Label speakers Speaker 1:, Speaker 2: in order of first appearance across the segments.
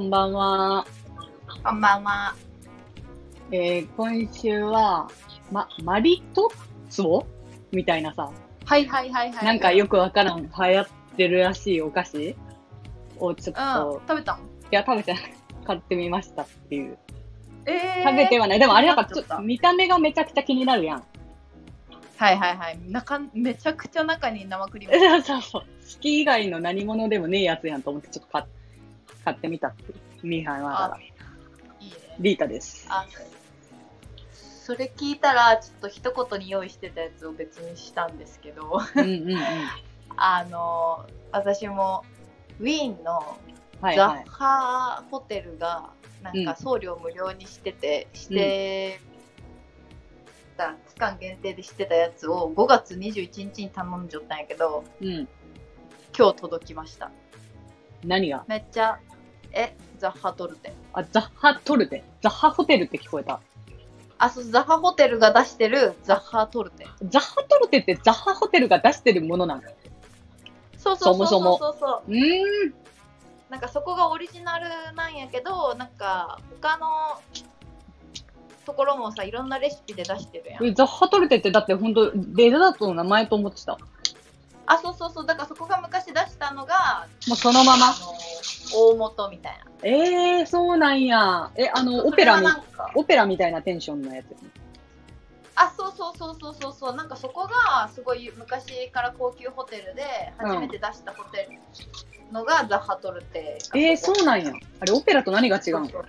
Speaker 1: んばんは。
Speaker 2: こんばんは。
Speaker 1: えー、今週は、ま、マリトッツォみたいなさ、
Speaker 2: はいはいはいはい。
Speaker 1: なんかよくわからん、流行ってるらしいお菓子をちょっ
Speaker 2: うん
Speaker 1: と、、
Speaker 2: 食べたん
Speaker 1: いや、食べてない。 買ってみましたっていう。
Speaker 2: えー、
Speaker 1: 食べてはない。でもあれなんかちょっ
Speaker 2: 気になっちゃ
Speaker 1: と
Speaker 2: っ
Speaker 1: 見た目がめちゃくちゃ気になるやん。
Speaker 2: たはいはいはい。中めちゃくちゃ中に生クリー ム。
Speaker 1: そうそうそう。好き以外の何物でもねえやつやんと思ってちょっと買っ買ってみたっていう。ミーハンはい
Speaker 2: いね。
Speaker 1: リータです。
Speaker 2: あ、それ聞いたら、ちょっと一言に用意してたやつを別にしたんですけど、
Speaker 1: うんうんうん。
Speaker 2: あの、私もウィーンの
Speaker 1: はいは
Speaker 2: ザ
Speaker 1: い。
Speaker 2: ッハホテルがなん
Speaker 1: うん
Speaker 2: か送料無料にしてて、してた、期間限定でしてたやつを5月21日に頼んじゃったんやけど
Speaker 1: うん。
Speaker 2: 今日届きました
Speaker 1: 何が
Speaker 2: めっちゃえザッハトルテ
Speaker 1: あ、ザッハトルテ。ザッハホテルって聞こえた。
Speaker 2: あそうザッハホテルが出してるザッハトルテ
Speaker 1: ザッハトルテってザッハホテルが出してるものなの。う
Speaker 2: そうそ
Speaker 1: そ
Speaker 2: うそ
Speaker 1: も
Speaker 2: う
Speaker 1: そ
Speaker 2: そ
Speaker 1: も
Speaker 2: うそうそう
Speaker 1: ーん。
Speaker 2: なんかそこがオリジナルなんやけどなんか他のところもさいろんなレシピで出してるやん
Speaker 1: えザッハトルテってだって本当デザートの名前と思ってた。も
Speaker 2: あそうそうそうだからそこが昔出したのが
Speaker 1: うそのまま
Speaker 2: あ。の大元みたいな。
Speaker 1: ええー、そうなんや。え、あの、オペラ
Speaker 2: そ
Speaker 1: み
Speaker 2: れは、なんか
Speaker 1: オペラみたいなテンションのやつ。
Speaker 2: あ、そうそうそうそうそうそう、なんかそこがすごい昔から高級ホテルで
Speaker 1: うん
Speaker 2: 初めて出したホテルのがザ・ハトルテ。
Speaker 1: ええー、そうなんや。あれ、オペラと何が違うの
Speaker 2: そうそう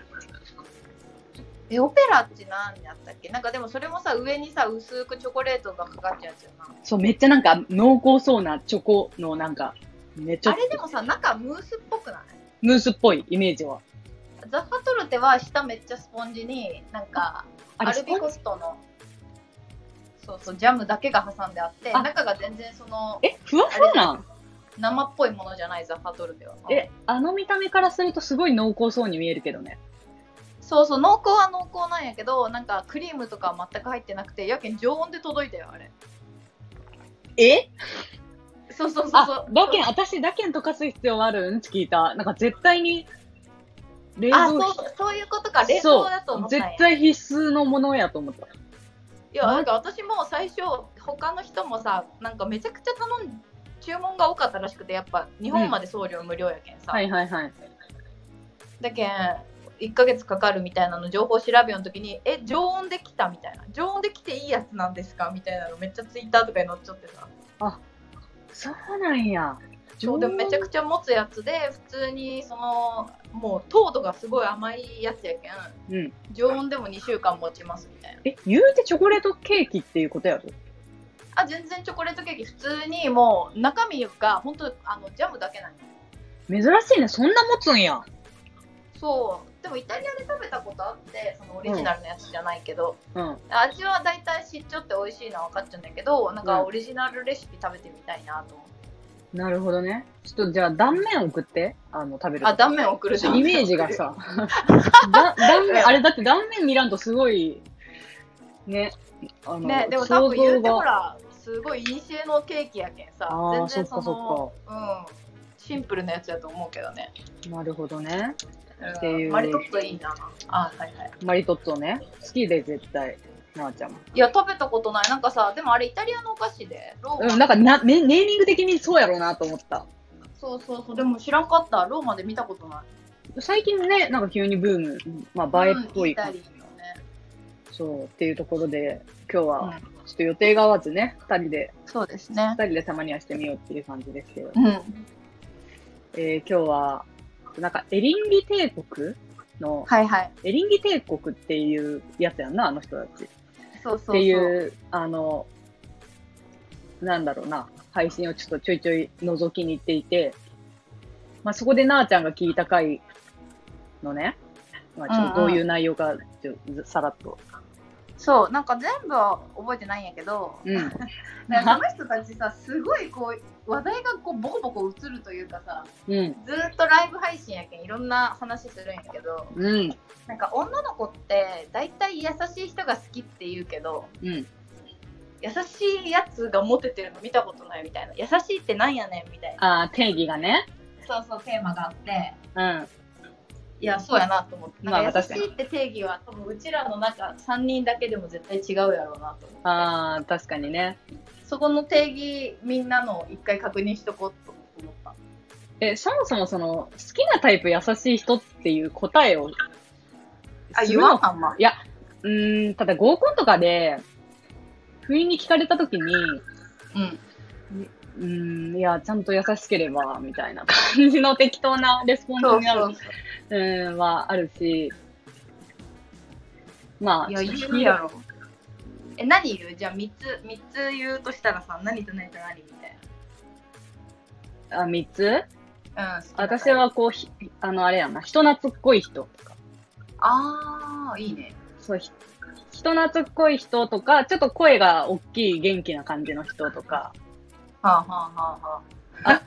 Speaker 2: え、オペラって何やったっけなんかでもそれもさ、上にさ、薄くチョコレートがかかっちゃうやつよな。
Speaker 1: そう、めっちゃなんか濃厚そうなチョコのなんか、めっちゃ
Speaker 2: あれでもさ、中ムースっぽくない
Speaker 1: ムースっぽいイメージは。
Speaker 2: ザ・ハトルテは下めっちゃスポンジになんか
Speaker 1: あ
Speaker 2: ア
Speaker 1: れ、
Speaker 2: ル
Speaker 1: ス
Speaker 2: ビ
Speaker 1: ポ
Speaker 2: コ
Speaker 1: ン
Speaker 2: ストのそうそうジャムだけが挟んであって
Speaker 1: あ
Speaker 2: 中が全然その
Speaker 1: え、ふわふわなん
Speaker 2: 生っぽいものじゃないザハトルでは
Speaker 1: え、あの見た目からするとすごい濃厚そうに見えるけどね。
Speaker 2: そうそう濃厚は濃厚なんやけどなんかクリームとかは全く入ってなくてやけん常温で届いたよあれ
Speaker 1: え
Speaker 2: そうそうそうそ
Speaker 1: あ
Speaker 2: う、
Speaker 1: だけん、私だけん溶かす必要あるんって聞いた。なんか絶対に、冷
Speaker 2: あ
Speaker 1: 蔵
Speaker 2: そう
Speaker 1: 庫
Speaker 2: そういうことか冷
Speaker 1: そう
Speaker 2: 凍だと思ったん
Speaker 1: 絶
Speaker 2: や
Speaker 1: 対必須のものやと思った。
Speaker 2: いやなんか私も最初他の人もさなんかめちゃくちゃ頼ん注文が多かったらしくてやっぱ日本まで送料無料やけんさ、
Speaker 1: はいはいはい。
Speaker 2: だけん1ヶ月かかるみたいなの情報調べの時にえ常温で来たみたいな常温で来ていいやつなんですかみたいなのめっちゃツイッターとかに載っちゃってさ
Speaker 1: そうなんや。
Speaker 2: そうでもめちゃくちゃ持つやつで普通にそのもう糖度がすごい甘いやつやけん
Speaker 1: うん。
Speaker 2: 常温でも2週間持ちますみたいな
Speaker 1: え、言うてチョコレートケーキっていうことやろ
Speaker 2: あ全然チョコレートケーキ普通にもう中身が本当あのジャムだけなんよ
Speaker 1: 珍しいね。そんな持つんや。
Speaker 2: そうでもイタリアで食べたことあってそのオリジナルのやつじゃないけど、
Speaker 1: うん。
Speaker 2: 味は大体知っちゃって美味しいのは分かっちゃうんだけどなん
Speaker 1: う
Speaker 2: か
Speaker 1: ん
Speaker 2: オリジナルレシピ食べてみたいなと思って、
Speaker 1: なるほどね。ちょっとじゃあ断面送って、あの、食べる。
Speaker 2: あ断面送るじゃん
Speaker 1: イメージが さ、だ断面、あれだって断面見らんとすごい、ね、あの、
Speaker 2: ねでも多
Speaker 1: 想
Speaker 2: 分言
Speaker 1: 像
Speaker 2: うてほ
Speaker 1: が。
Speaker 2: らすごい古のケーキやけんさ
Speaker 1: あ
Speaker 2: 全
Speaker 1: あ、そ
Speaker 2: 然
Speaker 1: っ
Speaker 2: そ
Speaker 1: か
Speaker 2: の
Speaker 1: そ
Speaker 2: うんシンプルなやつだと思うけどね、
Speaker 1: っか。なるほどね。
Speaker 2: うん
Speaker 1: っていう
Speaker 2: マリトッツォいいなあはいはい
Speaker 1: マリトッツォね。好きで絶対、なあちゃんも。
Speaker 2: いや食べたことないなんかさでもあれイタリアのお菓子でローマ、
Speaker 1: うん、なんかな、ね、ネーミング的にそうやろうなと思った。
Speaker 2: そうそうそうでも知らんかったローマで見たことない
Speaker 1: 最近ね、なんか急にブーム、まあ映えっぽい感じ、
Speaker 2: うんイタリーのね
Speaker 1: そう、っていうところで、今日
Speaker 2: う
Speaker 1: は
Speaker 2: ん
Speaker 1: ちょっと予定が合わずね、二人で、
Speaker 2: そうですね
Speaker 1: 二人でたまにはしてみようっていう感じですけど、
Speaker 2: うん
Speaker 1: えー、今日は、なんかエリンギ帝国の、
Speaker 2: はいはい
Speaker 1: エリンギ帝国っていうやつやんな、あの人たち。っ
Speaker 2: そうそうそう
Speaker 1: ていう、あの、なんだろうな、配信をちょっとちょいちょい覗きに行っていて、まあそこでなあちゃんが聞いた回のね、まあちょっとどういう内容か、ちょさらっと。
Speaker 2: そうなんか全部は覚えてないんやけど、
Speaker 1: うん。
Speaker 2: なんかその人たちさすごいこう話題がこうボコボコ映るというかさ
Speaker 1: うん。
Speaker 2: ずーっとライブ配信やけんいろんな話するんやけど
Speaker 1: うん。
Speaker 2: なんか女の子って大体優しい人が好きって言うけど
Speaker 1: うん。
Speaker 2: 優しいやつがモテてるの見たことないみたいな優しいってなんやねんみたいな
Speaker 1: ああ、定義がね。
Speaker 2: そうそうテーマがあって
Speaker 1: うん。
Speaker 2: いやそうやなと思って
Speaker 1: まあ
Speaker 2: なんか
Speaker 1: 確か
Speaker 2: 優し
Speaker 1: に
Speaker 2: いって定義は多分うちらの中3人だけでも絶対違うやろうなと思って
Speaker 1: ああ、確かにね。
Speaker 2: そこの定義みんなの一回確認しとこうと思った
Speaker 1: え、そもそもその、好きなタイプ優しい人っていう答えを、
Speaker 2: あ
Speaker 1: す
Speaker 2: 言
Speaker 1: る
Speaker 2: わ
Speaker 1: の
Speaker 2: んあんま
Speaker 1: いや、うーん、ただ合コンとかで、不意に聞かれたときに、
Speaker 2: うん
Speaker 1: うーん、いや、ちゃんと優しければ、みたいな感じの適当なレスポンス
Speaker 2: そう
Speaker 1: になる
Speaker 2: そう
Speaker 1: うん、はあるし、まあ、
Speaker 2: いや
Speaker 1: ちょっと
Speaker 2: 言うやろえ何言うじゃあ3つ三つ言うとしたらさ何と何と何みたい
Speaker 1: あ、三つ
Speaker 2: なうん好きなタイプ
Speaker 1: 私はこう、ひあの、あれやな、人懐っこい人とか。
Speaker 2: ああいいね
Speaker 1: そう、ひ人懐っこい人とか、ちょっと声が大きい元気な感じの人とか、
Speaker 2: はあはあは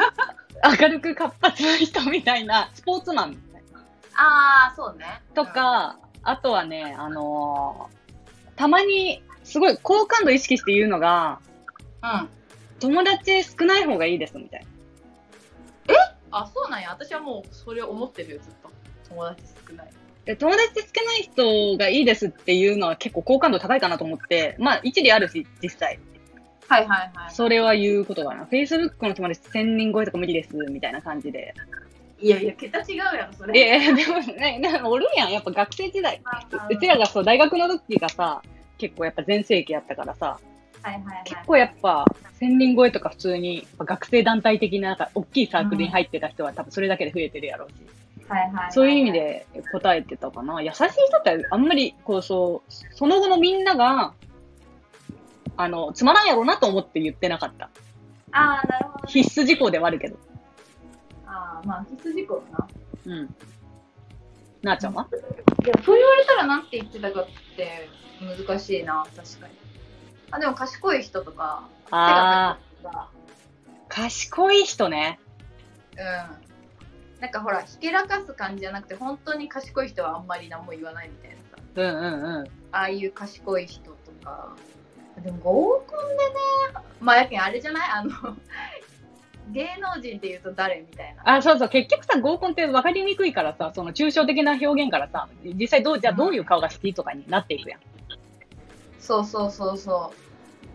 Speaker 2: あは
Speaker 1: 明るく活発な人みたいな、スポーツマンみたいな
Speaker 2: ああーそうね
Speaker 1: とか、あとはね、あのーたまに、すごい好感度意識して言うのが、
Speaker 2: うん、うん
Speaker 1: 友達少ない方がいいですみたいな。
Speaker 2: あそうなんや私はもうそれ思ってるよずっと友達少ない
Speaker 1: で友達少ない人がいいですっていうのは結構好感度高いかなと思って、まあ一理あるし、実際。
Speaker 2: はいはいは
Speaker 1: それは言うことがな。Facebook の友達1000人超えとか無理です、みたいな感じで。
Speaker 2: いいやいや桁違うやろそ
Speaker 1: え
Speaker 2: れ
Speaker 1: えでもね、なんかおるやん。やっぱ学生時代。
Speaker 2: まあまあ
Speaker 1: うちらがそう、大学の時がさ、結構やっぱ全盛期やったからさ、
Speaker 2: はいはいはい
Speaker 1: 結構やっぱ1000人超えとか普通に、やっぱ学生団体的ななんか大きいサークルに入ってた人は多分それだけで増えてるやろうし。
Speaker 2: はいはいは
Speaker 1: そういう意味で答えてたかな。優しい人ってあんまり、こう、そう、その後のみんなが、あの、つまらんやろうなと思って言ってなかった。
Speaker 2: ああなるほどね
Speaker 1: 必須事項ではあるけど。
Speaker 2: ああまあ必須事項だな
Speaker 1: うん。なあちゃんはい
Speaker 2: やそう言われたらなんて言ってたかって難しいな確かにあでも賢い人とか
Speaker 1: ああ、
Speaker 2: 手が
Speaker 1: 賢い人ね。
Speaker 2: 賢い人とかうんなんかほらひけらかす感じじゃなくて本当に賢い人はあんまり何も言わないみたいなさ
Speaker 1: うんうんうん。
Speaker 2: ああいう賢い人とかでも合コンでねまあやけんあれじゃないあの 芸能人で言うと誰みたいな
Speaker 1: あ、そうそう。結局さ、合コンって分かりにくいからさ、その抽象的な表現からさ、実際どう、じゃあどういう顔が好きとかになっていくや
Speaker 2: そうそうそうそ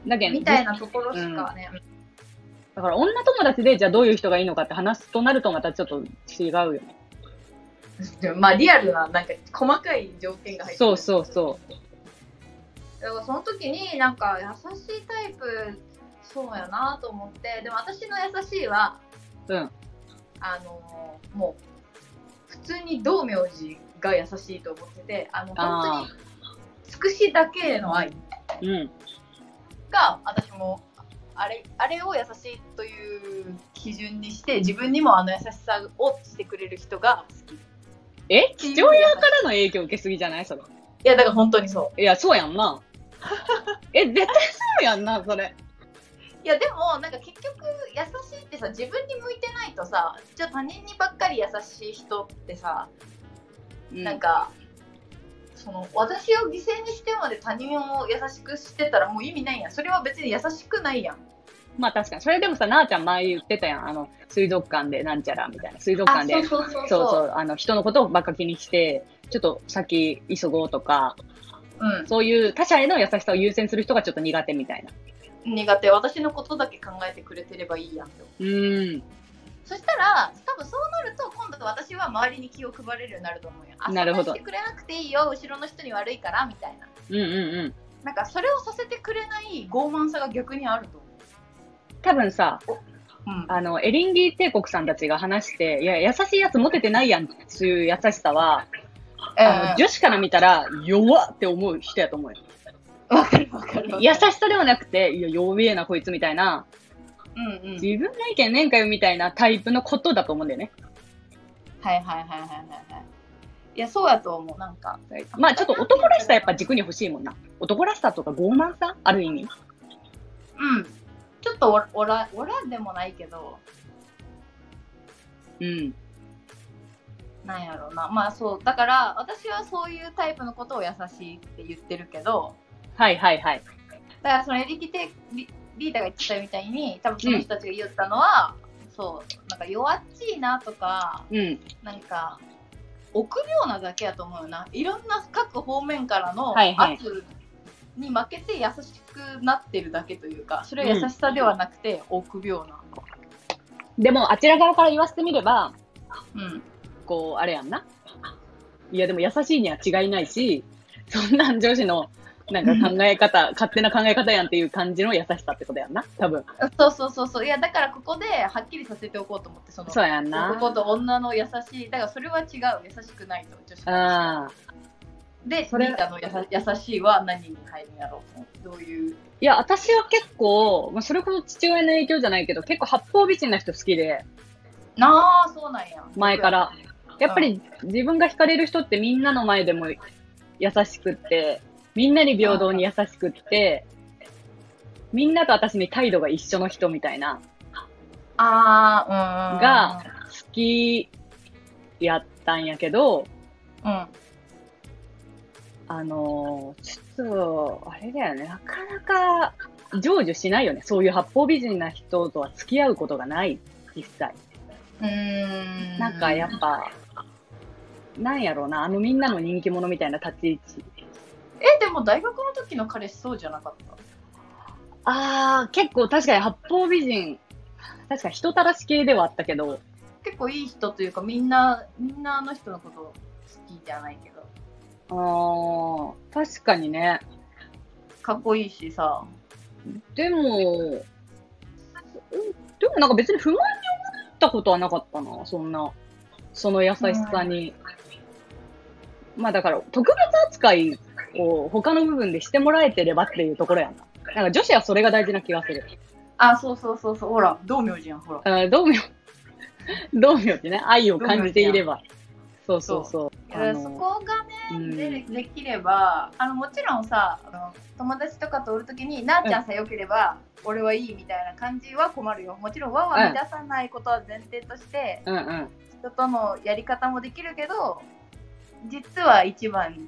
Speaker 1: ん。だけ
Speaker 2: うんみたいなところしかね、
Speaker 1: だから女友達で、じゃあどういう人がいいのかって話すとなるとまたちょっと違うよね。
Speaker 2: でもまあリアルななんか細かい条件が入って
Speaker 1: そ
Speaker 2: る
Speaker 1: うそうそう。
Speaker 2: だからその時になんか優しいタイプそうやなと思ってでも私の優しいは
Speaker 1: うん
Speaker 2: あのーもう普通に道明寺が優しいと思っててあの
Speaker 1: あー
Speaker 2: 本当に尽くしだけへの愛
Speaker 1: うん。
Speaker 2: が私もあれあれを優しいという基準にして自分にもあの優しさをしてくれる人が好きい
Speaker 1: え父親からの影響受けすぎじゃないそれ。
Speaker 2: やだから本当にそう
Speaker 1: いや、そうやんな。え、絶対そうやんな、それ。
Speaker 2: いやでもなんか結局優しいってさ自分に向いてないとさじゃあ他人にばっかり優しい人ってさ、なんかその私を犠牲にしてまで他人を優しくしてたらもう意味ないやんそれは別に優しくないやん
Speaker 1: まあ確かに。それでもさ、なあちゃん前言ってたやん。あの、水族館でなんちゃらみたいな。水族館で。そう
Speaker 2: そうそ
Speaker 1: そうあの、人のことばっか気にして、ちょっと先急ごうとか、
Speaker 2: う
Speaker 1: そういう他者への優しさを優先する人がちょっと苦手みたいな。
Speaker 2: ん苦手私のことだけ考えてくれてればいいやんと
Speaker 1: うーん。
Speaker 2: そしたら多分そうなると今度私は周りに気を配れるようになると思うよあ
Speaker 1: なるほど
Speaker 2: そんんしてくれなくていいよ後ろの人に悪いからみたいな
Speaker 1: うんうんうん。
Speaker 2: なんかそれをさせてくれない傲慢さが逆にあると思う
Speaker 1: 多分さ、
Speaker 2: うん、
Speaker 1: あの、エリンギ帝国さんたちが話して、いや、優しいやつモテてないやんっていう優しさは、あの女子から見たら弱って思う人やと思うよ。
Speaker 2: わかるわかる
Speaker 1: 優しさではなくて、いや、弱えなこいつみたいな、
Speaker 2: うんうん、はい
Speaker 1: 自分の意見ねんかよみたいなタイプのことだと思うんだよね。
Speaker 2: はいはいはいはいはい。いや、そうやと思う、なんか。
Speaker 1: まあちょっと男らしさやっぱ軸に欲しいもんな。男らしさとか傲慢さある意味。
Speaker 2: うん。ちょっとおおら、おらんでもないけど、
Speaker 1: うん。
Speaker 2: なんやろうな。まあそう、だから、私はそういうタイプのことを優しいって言ってるけど、
Speaker 1: はいはいはい。
Speaker 2: だからそのエリキテリリーダーが言ってたみたいに、多分その人たちが言ったのは、そう、なんか弱っちいなとか、
Speaker 1: うん。
Speaker 2: なんか、臆病なだけやと思うよないろんな各方面からの
Speaker 1: はいはい
Speaker 2: 圧に負けて優しくなってるだけというかそれは優しさではなくて臆病な、
Speaker 1: でも、あちら側から言わせてみれば、
Speaker 2: うん、
Speaker 1: こう、あれやんな。いや、でも優しいには違いないし、そんなん女子の、なんか考え方、勝手な考え方やんっていう感じの優しさってことやんな。多分。
Speaker 2: そうそうそうそういやだからここではっきりさせておこうと思ってその
Speaker 1: そうやんな。
Speaker 2: 男と女の優しいだからそれは違う優しくないと女子の
Speaker 1: ああ。
Speaker 2: で
Speaker 1: それ
Speaker 2: リータのやさ優しいは何に入るんやろうどういう
Speaker 1: いや、私は結構、まあそれこそ父親の影響じゃないけど、結構八方美人な人好きで、
Speaker 2: なあそうなんや
Speaker 1: 前から。やっぱり自分が惹かれる人ってみんなの前でも優しくって、みんなに平等に優しくって、みんなと私に態度が一緒の人みたいな、
Speaker 2: ああ
Speaker 1: が好きやったんやけど、
Speaker 2: うんうん
Speaker 1: あのーちょっと、あれだよね、なかなか成就しないよね。そういう八方美人な人とは付き合うことがない、実際。
Speaker 2: うーん
Speaker 1: なんかやっぱ、なんやろうな、あのみんなの人気者みたいな立ち位置。
Speaker 2: えでも大学の時の彼氏そうじゃなかった
Speaker 1: ああ、結構確かに八方美人、確かに人たらし系ではあったけど、
Speaker 2: 結構いい人というかみんなみんなあの人のこと好きじゃないけど
Speaker 1: あー確かにね。
Speaker 2: かっこいいしさ
Speaker 1: でも、うんでもなんか別に不満に思ったことはなかったな、そんな。その優しさに。まあだから、特別扱いを他の部分でしてもらえてればっていうところやな。なんか女子はそれが大事な気がする。
Speaker 2: あそうそうそうそうほら道明寺やんほら
Speaker 1: あ道明、 道明ってね、愛を感じていれば。そうそうそう。
Speaker 2: いやそこが
Speaker 1: う
Speaker 2: で
Speaker 1: ん、
Speaker 2: できればあのもちろんさあの友達とかとおるときになーちゃんさえ良ければ、俺はいいみたいな感じは困るよもちろん和は乱さないことは前提として、
Speaker 1: うんうん。
Speaker 2: 人とのやり方もできるけど実は一番に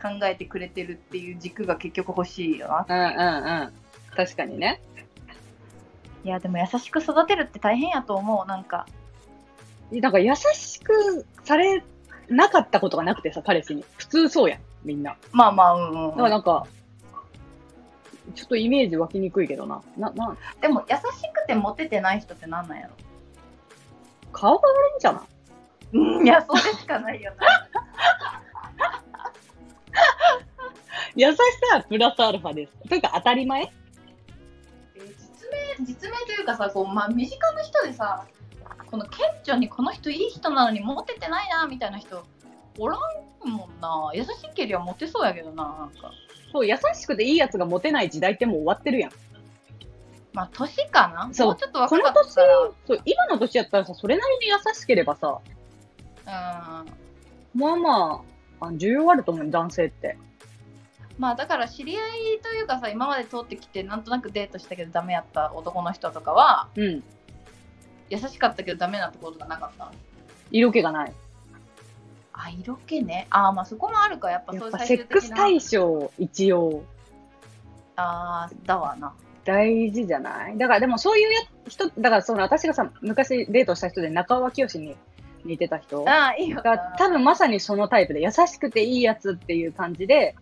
Speaker 2: 考えてくれてるっていう軸が結局欲しいよな
Speaker 1: うんうんうん。確かにね。
Speaker 2: いやでも優しく育てるって大変やと思うなんか
Speaker 1: なんか優しくされなかったことがなくてさ、彼氏に。普通そうやん、みんな。
Speaker 2: まあまあう
Speaker 1: だか
Speaker 2: んうんう
Speaker 1: ら
Speaker 2: ん
Speaker 1: なんか、ちょっとイメージ湧きにくいけどな。な、な、
Speaker 2: でも優しくてモテてない人ってなんなんやろ
Speaker 1: 顔が悪いんじゃない
Speaker 2: うんいやそれしかないよな
Speaker 1: 優しさはプラスアルファです。というか当たり前
Speaker 2: えー実名実名というかさこう、まあ、身近な人でさこの顕著にこの人いい人なのにモテてないなみたいな人おらんもんな優しけりゃモテそうやけどななんか
Speaker 1: そう、優しくていいやつがモテない時代ってもう終わってるやん。
Speaker 2: まあ年かな
Speaker 1: そう
Speaker 2: もうちょっと
Speaker 1: こ
Speaker 2: 若
Speaker 1: の
Speaker 2: かっ
Speaker 1: 年
Speaker 2: たら、
Speaker 1: そう、今の年やったらさ、それなりに優しければさ、
Speaker 2: うん
Speaker 1: まあまあ、あ需要あると思うよ男性って。
Speaker 2: まあだから知り合いというかさ今まで通ってきてなんとなくデートしたけどダメやった男の人とかは
Speaker 1: うん。
Speaker 2: 優しかったけどダメなところとかなかった
Speaker 1: 色気がない。
Speaker 2: あ色気ねああまあそこもあるかやっぱ
Speaker 1: や
Speaker 2: そうい
Speaker 1: っ
Speaker 2: う
Speaker 1: ぱ
Speaker 2: 最
Speaker 1: セ
Speaker 2: 終
Speaker 1: ック
Speaker 2: 的
Speaker 1: ス
Speaker 2: な
Speaker 1: 対象、一応、
Speaker 2: あーだわな
Speaker 1: 大事じゃないだからでもそういうや人、だからその私がさ、昔デートした人で中尾清に似てた人が、
Speaker 2: あーいいよな
Speaker 1: 多分まさにそのタイプで、優しくていいやつっていう感じで、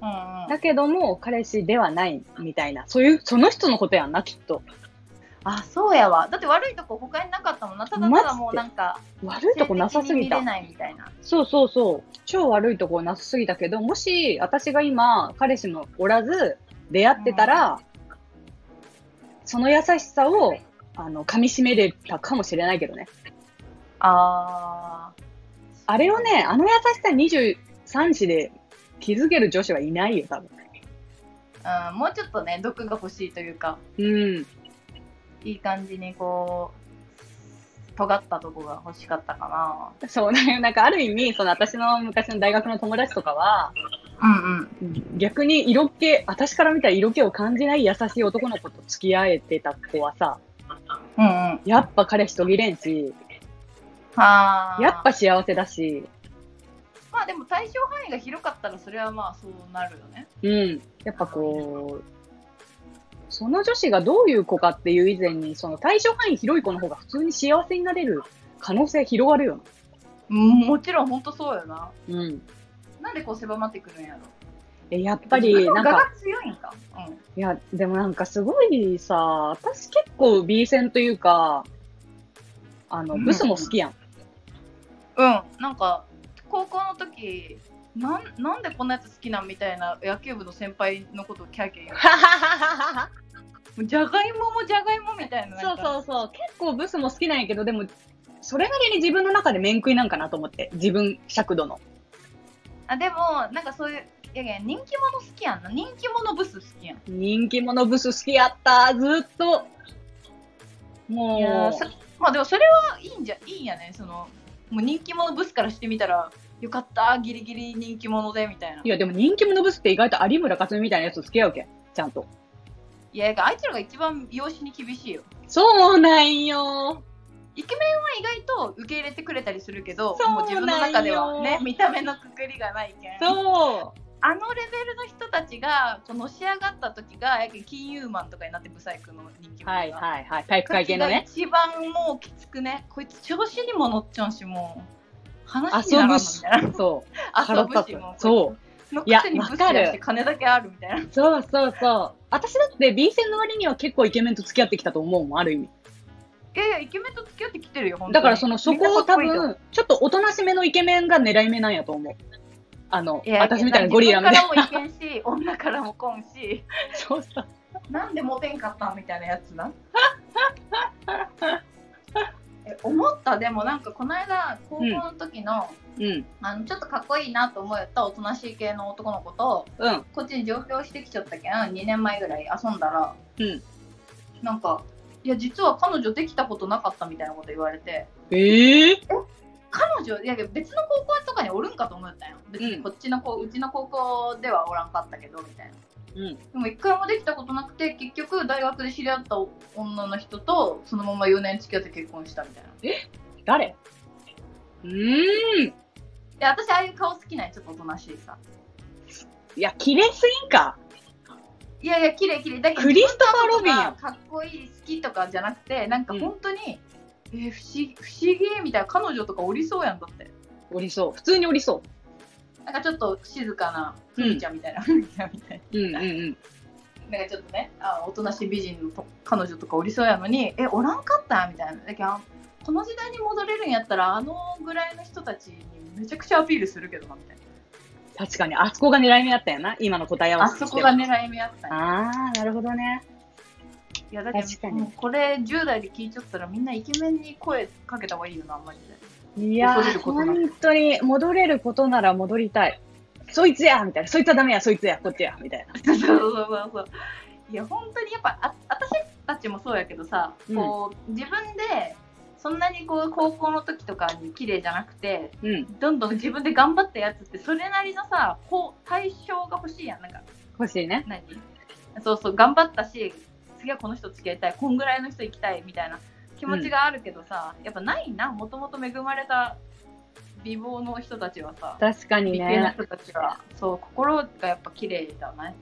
Speaker 2: うんうん
Speaker 1: だけども彼氏ではないみたいな、そういう、その人のことやんな、きっと。
Speaker 2: あそうやわだって悪いとこ他になかったもんなただただもうなんか
Speaker 1: 悪いとこなさすぎ
Speaker 2: 性的に見
Speaker 1: た
Speaker 2: れ。ないみたいな
Speaker 1: そうそうそう。超悪いとこなさすぎたけど、もし私が今、彼氏のおらず、出会ってたら、その優しさを、あの、噛み締めれたかもしれないけどね。
Speaker 2: あー
Speaker 1: あれをね、あの優しさ23子で気づける女子はいないよ、多分。
Speaker 2: うん、もうちょっとね毒が欲しいというか
Speaker 1: うん。
Speaker 2: いい感じにこう尖ったとこが欲しかったか
Speaker 1: そう ね。なんかある意味、その私の昔の大学の友達とかは、
Speaker 2: なうんうん
Speaker 1: 逆に色気、私から見たら色気を感じない優しい男の子と付き合えてた子はさ、
Speaker 2: うんうん
Speaker 1: やっぱ彼氏途切れんし、
Speaker 2: あー
Speaker 1: やっぱ幸せだし、
Speaker 2: まあでも対象範囲が広かったらそれはまあそうなるよね
Speaker 1: うん。やっぱこう、その女子がどういう子かっていう以前に、その対象範囲広い子の方が普通に幸せになれる可能性広がるよ
Speaker 2: もちろん本当そうよな
Speaker 1: うん。
Speaker 2: なんでこう狭まってくるんやろやっ
Speaker 1: え、やっぱり、なんか、
Speaker 2: が強いんかうん
Speaker 1: いや、でもなんかすごいさ、私結構 B 線というか、あの、
Speaker 2: うん
Speaker 1: ブスも好きやん。
Speaker 2: うん、なんか高校の時なんなんでこんなやつ好きなんみたいな野球部の先輩のことをキャーキャー言うもうじゃがいももじゃがいもみたいな
Speaker 1: そう
Speaker 2: う
Speaker 1: そうそう。結構ブスも好きなんやけど、でも、それなりに自分の中で面食いなんかなと思って。自分尺度の。
Speaker 2: あでもなんかそういういやいや人気者好きやんな人気者ブス好きやん
Speaker 1: 人気者ブス好きやった、ずっと。
Speaker 2: いや
Speaker 1: も
Speaker 2: ー
Speaker 1: う
Speaker 2: そ、まあでもそれはいいんじゃいいんやねそのもう人気者ブスからしてみたらよかったギリギリ人気者でみたいない
Speaker 1: やでも人気者ブスって意外と有村架純みたいなやつと付き合うけん。ちゃんと。
Speaker 2: いやいやあいつらが一番容姿に厳しいよ
Speaker 1: そうなんよ。
Speaker 2: イケメンは意外と受け入れてくれたりするけど
Speaker 1: そうなんよ
Speaker 2: もう自分の中ではね見た目のくくりがないけん
Speaker 1: そ
Speaker 2: あのレベルの人たちがこうのし上がった時がやけん金融マンとかになってブサイクの人気
Speaker 1: う。
Speaker 2: 者が
Speaker 1: はいはいはい。体育
Speaker 2: 時が
Speaker 1: 会系のね。
Speaker 2: 一番もうきつくねこいつ調子にも乗っちゃうしもう話に
Speaker 1: 遊
Speaker 2: ならんの
Speaker 1: ぶ
Speaker 2: み
Speaker 1: し。
Speaker 2: たい
Speaker 1: そう。
Speaker 2: な遊ぶしも
Speaker 1: そう
Speaker 2: こいつのく
Speaker 1: いや
Speaker 2: せにブス
Speaker 1: わか
Speaker 2: や
Speaker 1: る
Speaker 2: し金だけあるみたいな
Speaker 1: そうそうそう。私だって B 戦の割には結構イケメンと付き合ってきたと思うもん、ある意味。
Speaker 2: いやいやイケメンと付き合ってきてるよ本当に
Speaker 1: だからその、そこを多
Speaker 2: みんなかっ
Speaker 1: 分、ちょっとおとなしめのイケメンが狙い目なんやと思う。あの
Speaker 2: こいい、と
Speaker 1: 私みたいなゴリラみたい
Speaker 2: 自
Speaker 1: な。
Speaker 2: 分からもいけんし女からもこんし
Speaker 1: そうそう。
Speaker 2: なんでモテんかったんみたいなやつな え思ったでもなんかこの間高校の時の、
Speaker 1: うん。
Speaker 2: あのちょっとかっこいいなと思うやったおとなしい系の男の子と
Speaker 1: うん。
Speaker 2: こっちに上京してきちゃったけん2年前ぐらい遊んだら、
Speaker 1: うん
Speaker 2: なんかいや実は彼女できたことなかったみたいなこと言われて
Speaker 1: ええ
Speaker 2: 彼女いや別の高校とかにおるんかと思ったんよ別にこっちの子、うちの高校ではおらんかったけどみたい
Speaker 1: う
Speaker 2: な
Speaker 1: ん。
Speaker 2: でも一回もできたことなくて結局大学で知り合った女の人とそのまま4年付き合って結婚したみたいな
Speaker 1: 誰うーん。
Speaker 2: で私ああいう顔好きなんよちょっとおとなしいさ
Speaker 1: いや、綺麗すぎんか。
Speaker 2: いやいや綺麗綺麗だけど
Speaker 1: クリストファーロビンやん
Speaker 2: かっこいい好きとかじゃなくてなんか本当に、えー不思議不思議みたいな彼女とかおりそうやんだって
Speaker 1: おりそう。普通におりそ
Speaker 2: なんかちょっと静かなふみちゃんみたいな、ふみちゃんみたいな
Speaker 1: う。うんうんうん。
Speaker 2: なんかちょっとねあおとなしい美人のと彼女とかおりそうやのにえおらんかったみたいなだけどあこの時代に戻れるんやったらあのぐらいの人たちにめちゃくちゃアピールするけどなみたい
Speaker 1: 確かに、あそこが狙い目だったよな。今の答え合
Speaker 2: なあ
Speaker 1: わせ
Speaker 2: そ
Speaker 1: として
Speaker 2: こ
Speaker 1: は
Speaker 2: が狙い目やったんや
Speaker 1: あー、なるほどね。
Speaker 2: いやだけ
Speaker 1: 確か
Speaker 2: ど
Speaker 1: に
Speaker 2: もうこれ10代で聞いちゃったらみんなイケメンに声かけた方がいいよなマジ で
Speaker 1: いや
Speaker 2: 戻
Speaker 1: ー、
Speaker 2: れることなら
Speaker 1: 本当に、戻れることなら戻りたい。そいつやみたいな。そいつはダメや、そいつや、こっちやみたいな。
Speaker 2: そうそうそうそう。いや本当にやっぱあ私たちもそうやけどさ、
Speaker 1: うん
Speaker 2: こう自分でそんなにこう高校の時とかに綺麗じゃなくて
Speaker 1: うん。
Speaker 2: どんどん自分で頑張ったやつってそれなりのさこう対象が欲しいやんなんか
Speaker 1: 欲しいね。
Speaker 2: 何そうそう頑張ったし次はこの人付き合いたいこんぐらいの人行きたいみたいな気持ちがあるけどさ、やっぱないなもともと恵まれた美貌の人たちはさ
Speaker 1: 確かに
Speaker 2: 美形の
Speaker 1: ね。
Speaker 2: 人たちはそう心がやっぱ綺麗だなと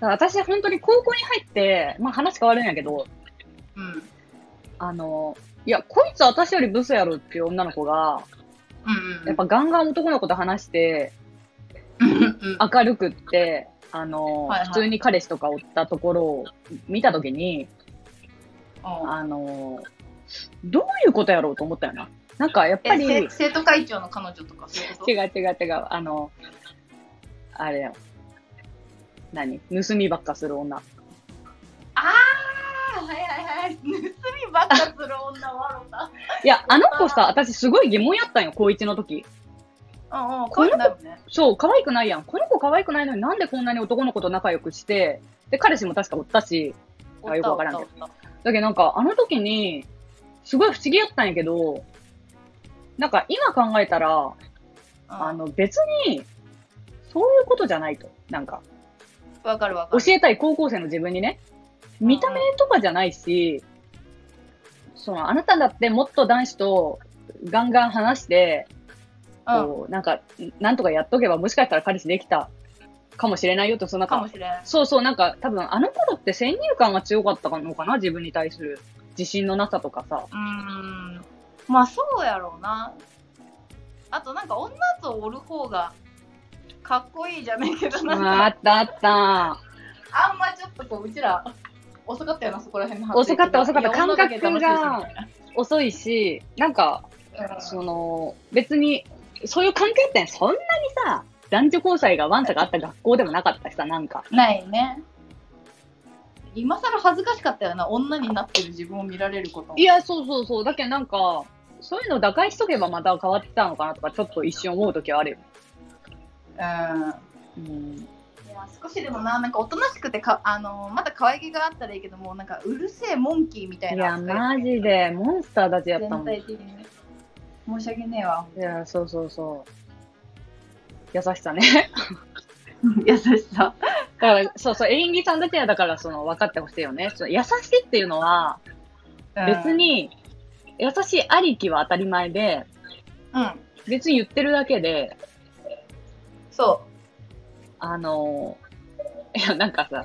Speaker 1: 私、本当に高校に入って、まあ話変わるんやけど、
Speaker 2: 思う。うん
Speaker 1: あの、いや、こいつ私よりブスやろっていう女の子が、
Speaker 2: うんうん
Speaker 1: やっぱガンガン男の子と話して、
Speaker 2: うん
Speaker 1: 明るくって、あの、
Speaker 2: はいはい
Speaker 1: 普通に彼氏とかおったところを見たときに、あの、どういうことやろうと思ったよな。なんかやっぱり、
Speaker 2: えせ生徒会長の彼女とかそういうこと
Speaker 1: 違う違う違う。あの、あれよ。何盗みばっかする女。
Speaker 2: ああ はいはいはい盗みばっかする女はあ
Speaker 1: いや、あの子さ、私すごい疑問やったんよ、高一の時。
Speaker 2: たうんう
Speaker 1: この
Speaker 2: ん
Speaker 1: 子
Speaker 2: こういうのだよね
Speaker 1: そう、可愛くないやん。この子可愛くないのになんでこんなに男の子と仲良くして、で、彼氏も確かおったし、あよくわからんけど
Speaker 2: おったおった
Speaker 1: だけどなんか、あの時に、すごい不思議やったんやけど、なんか今考えたら、
Speaker 2: お
Speaker 1: あ
Speaker 2: った
Speaker 1: の別に、そういうことじゃないと。なんか、
Speaker 2: うんわかるわか
Speaker 1: 教
Speaker 2: る
Speaker 1: えたい高校生の自分にね、見た目とかじゃないし、そのあなただってもっと男子とガンガン話して、
Speaker 2: うん
Speaker 1: こうなんか、なんとかやっとけば、もしかしたら彼氏できたかもしれないよと、そのなん
Speaker 2: か
Speaker 1: か
Speaker 2: も、しれんあ
Speaker 1: そうそう、なんか多分あの頃って先入観が強かったのかな、自分に対する自信のなさとかさ。
Speaker 2: うーんまあそうやろうなあとなんか女とおる方がかっこいいじゃないけどなんか
Speaker 1: ああったあった。
Speaker 2: あんまちょっとこううちら遅かったよなそこら辺の
Speaker 1: 遅かった遅かった
Speaker 2: いや女だけ楽しいしみたいな
Speaker 1: 遅いし、なんか、その、別に、そういう関係ってそんなにさ、男女交際がワンサがあった学校でもなかったしさ、なんか。
Speaker 2: うんないね今更恥ずかしかったよな女になってる自分を見られること
Speaker 1: いや、そうそうそう。だけどなんか、そういうの打開しとけばまた変わってたのかなとか、ちょっと一瞬思うときはあるよ。
Speaker 2: うん
Speaker 1: うん。
Speaker 2: いや少しでもななんかおとなしくてかあのーまだ可愛げがあったらいいけどもうなんかうるせえモンキーみたい
Speaker 1: い
Speaker 2: な
Speaker 1: や、マジで、モンスターたちやったもん。
Speaker 2: 全
Speaker 1: い
Speaker 2: 体的にね申し訳ねえわ
Speaker 1: や、そうそうそう。優しさね。
Speaker 2: 優しさ
Speaker 1: だから、 そうそう、演技さんたちはだから、その、分かってほしいよね。その優しいっていうのは、別に、優しいありきは当たり前で、
Speaker 2: うん、うん
Speaker 1: 別に言ってるだけで、
Speaker 2: そ
Speaker 1: あの、いや、なんかさ、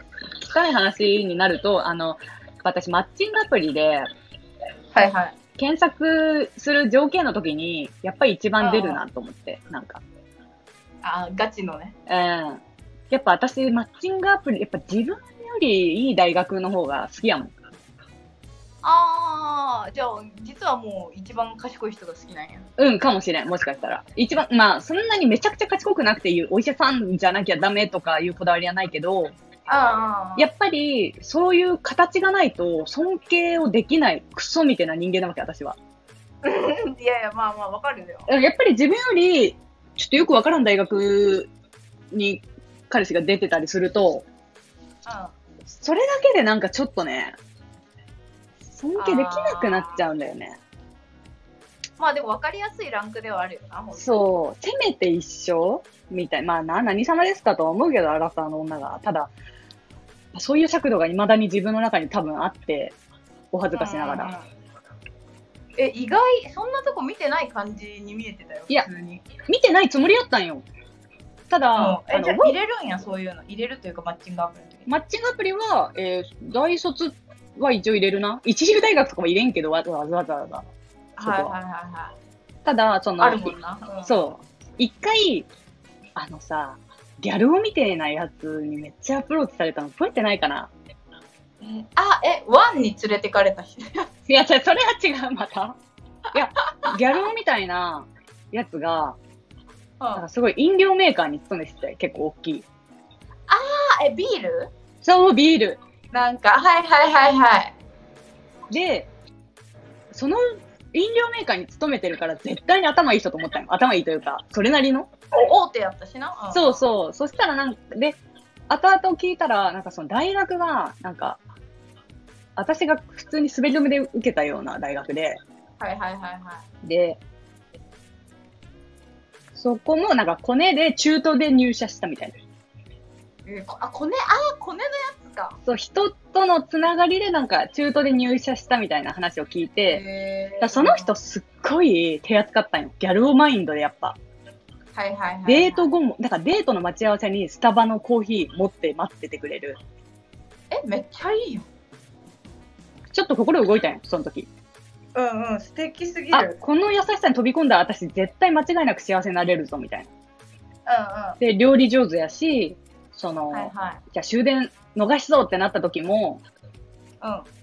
Speaker 1: 汚い話になると、あの、私、マッチングアプリで
Speaker 2: うはいはい
Speaker 1: 検索する条件の時に、やっぱり一番出るなと思って、なんか。
Speaker 2: あーガチのね
Speaker 1: うん。やっぱ私、マッチングアプリ、やっぱ自分よりいい大学の方が好きやもん。
Speaker 2: ああじゃあ実はもう一番賢い人が好きなんや
Speaker 1: うん、かもしれん。もしかしたら。一番、まあ、そんなにめちゃくちゃ賢くなくていう、お医者さんじゃなきゃダメとかいうこだわりはないけど、
Speaker 2: あ
Speaker 1: やっぱり、そういう形がないと、尊敬をできない、クソみたいな人間なわけ、私は。
Speaker 2: いやいやまあまあわかるよ
Speaker 1: うんやっぱり自分より、ちょっとよくわからん大学に彼氏が出てたりすると、それだけでなんかちょっとね、尊敬できなくなっちゃうんだよね。
Speaker 2: まあでも分かりやすいランクではあるよなほんと
Speaker 1: そう、せめて一生みたいな、まあな、何様ですかとは思うけど、アラサーの女が。ただ、そういう尺度が未だに自分の中に多分あって、お恥ずかしながら。
Speaker 2: うんえ意外そんなとこ見てない感じに見えてたよ
Speaker 1: いや
Speaker 2: 普通に
Speaker 1: 見てないつもりやったんよ。ただ、
Speaker 2: うん
Speaker 1: あ
Speaker 2: え
Speaker 1: の
Speaker 2: じゃあ入れるんやそういうの入れるというかマッチングアプリの時に
Speaker 1: マッチングアプリは、えー大卒は一応入れるな。一流大学とかも入れんけど、わざわざわざわざ。
Speaker 2: はいはいはいは
Speaker 1: ただ、そ
Speaker 2: い
Speaker 1: の、
Speaker 2: あるもんな、うん、
Speaker 1: そう。一回、あのさ、ギャルをみてえなやつにめっちゃアプローチされたの覚えてないかな
Speaker 2: えあえワンに連れてかれた人
Speaker 1: いや、それは違う、また。いや、ギャル男みたいなやつが、
Speaker 2: うん
Speaker 1: なん
Speaker 2: あ
Speaker 1: かすごい飲料メーカーに勤めてて、結構大きい。
Speaker 2: えビール
Speaker 1: そう、ビール。
Speaker 2: なんかはいはいはいはい
Speaker 1: で、その飲料メーカーに勤めてるから絶対に頭いい人と思ったよ。頭いいというか、それなりの。
Speaker 2: お大手やったしな、ん
Speaker 1: そうそう。そしたらなんか、で、後々聞いたら、なんかその大学が、なんか、私が普通に滑り止めで受けたような大学で、
Speaker 2: はいはいはいはい
Speaker 1: で、そこもなんかコネで中途で入社したみたいな。
Speaker 2: えこあコネあコネのやつか
Speaker 1: そう、人とのつながりでなんか中途で入社したみたいな話を聞いて、
Speaker 2: へ
Speaker 1: だか
Speaker 2: ー
Speaker 1: らその人すっごい手厚かったんよ。ギャルオマインドでやっぱ。
Speaker 2: はいはいはい
Speaker 1: デート後も、だからデートの待ち合わせにスタバのコーヒー持って待っててくれる。
Speaker 2: えめっちゃいいよ
Speaker 1: ちょっと心動いたんよ、その時。
Speaker 2: うんうん素敵すぎ
Speaker 1: あ、この優しさに飛び込んだら私絶対間違いなく幸せになれるぞ、みたいな。
Speaker 2: う
Speaker 1: で、料理上手やし、その、
Speaker 2: んうんはいは
Speaker 1: じゃあ終電逃しそうってなった時も、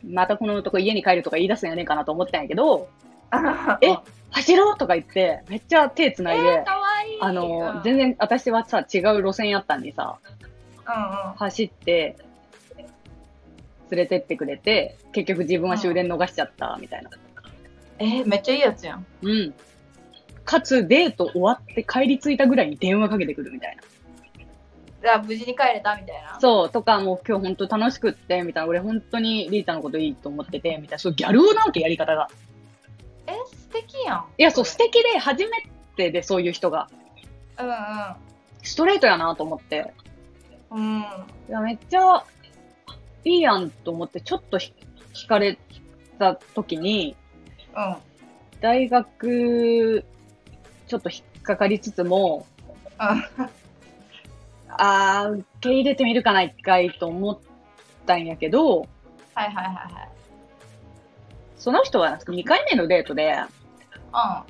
Speaker 2: い
Speaker 1: またこの男家に帰るとか言い出すんやねんかなと思ったんやけど、
Speaker 2: うん
Speaker 1: え走ろうとか言って、めっちゃ手繋いで、
Speaker 2: えー、かわいい
Speaker 1: あの、
Speaker 2: うん、
Speaker 1: 全然私はさ、違う路線やったんにさ、
Speaker 2: う
Speaker 1: 走って、連れてってくれて、結局自分は終電逃しちゃった、みたいな。
Speaker 2: んうん、えー、めっちゃいいやつやん
Speaker 1: うん。かつ、デート終わって帰り着いたぐらいに電話かけてくるみたいな。
Speaker 2: あ無事に帰れたみたいな
Speaker 1: そう、とか、もう今日本当楽しくって、みたいな。俺本当にリータのこといいと思ってて、みたいな。そう、ギャル男なわけ、やり方が。
Speaker 2: え素敵やん
Speaker 1: いや、そう、素敵で、初めてで、そういう人が。
Speaker 2: うん
Speaker 1: ストレートやなと思って。
Speaker 2: うんうん
Speaker 1: いや、めっちゃいいやんと思って、ちょっとひ惹かれた時に、
Speaker 2: うん
Speaker 1: 大学、ちょっと引っかかりつつも、
Speaker 2: あ
Speaker 1: あー、受け入れてみるかな、一回と思ったんやけど、
Speaker 2: はいはいはい
Speaker 1: その人は2回目のデートで、
Speaker 2: は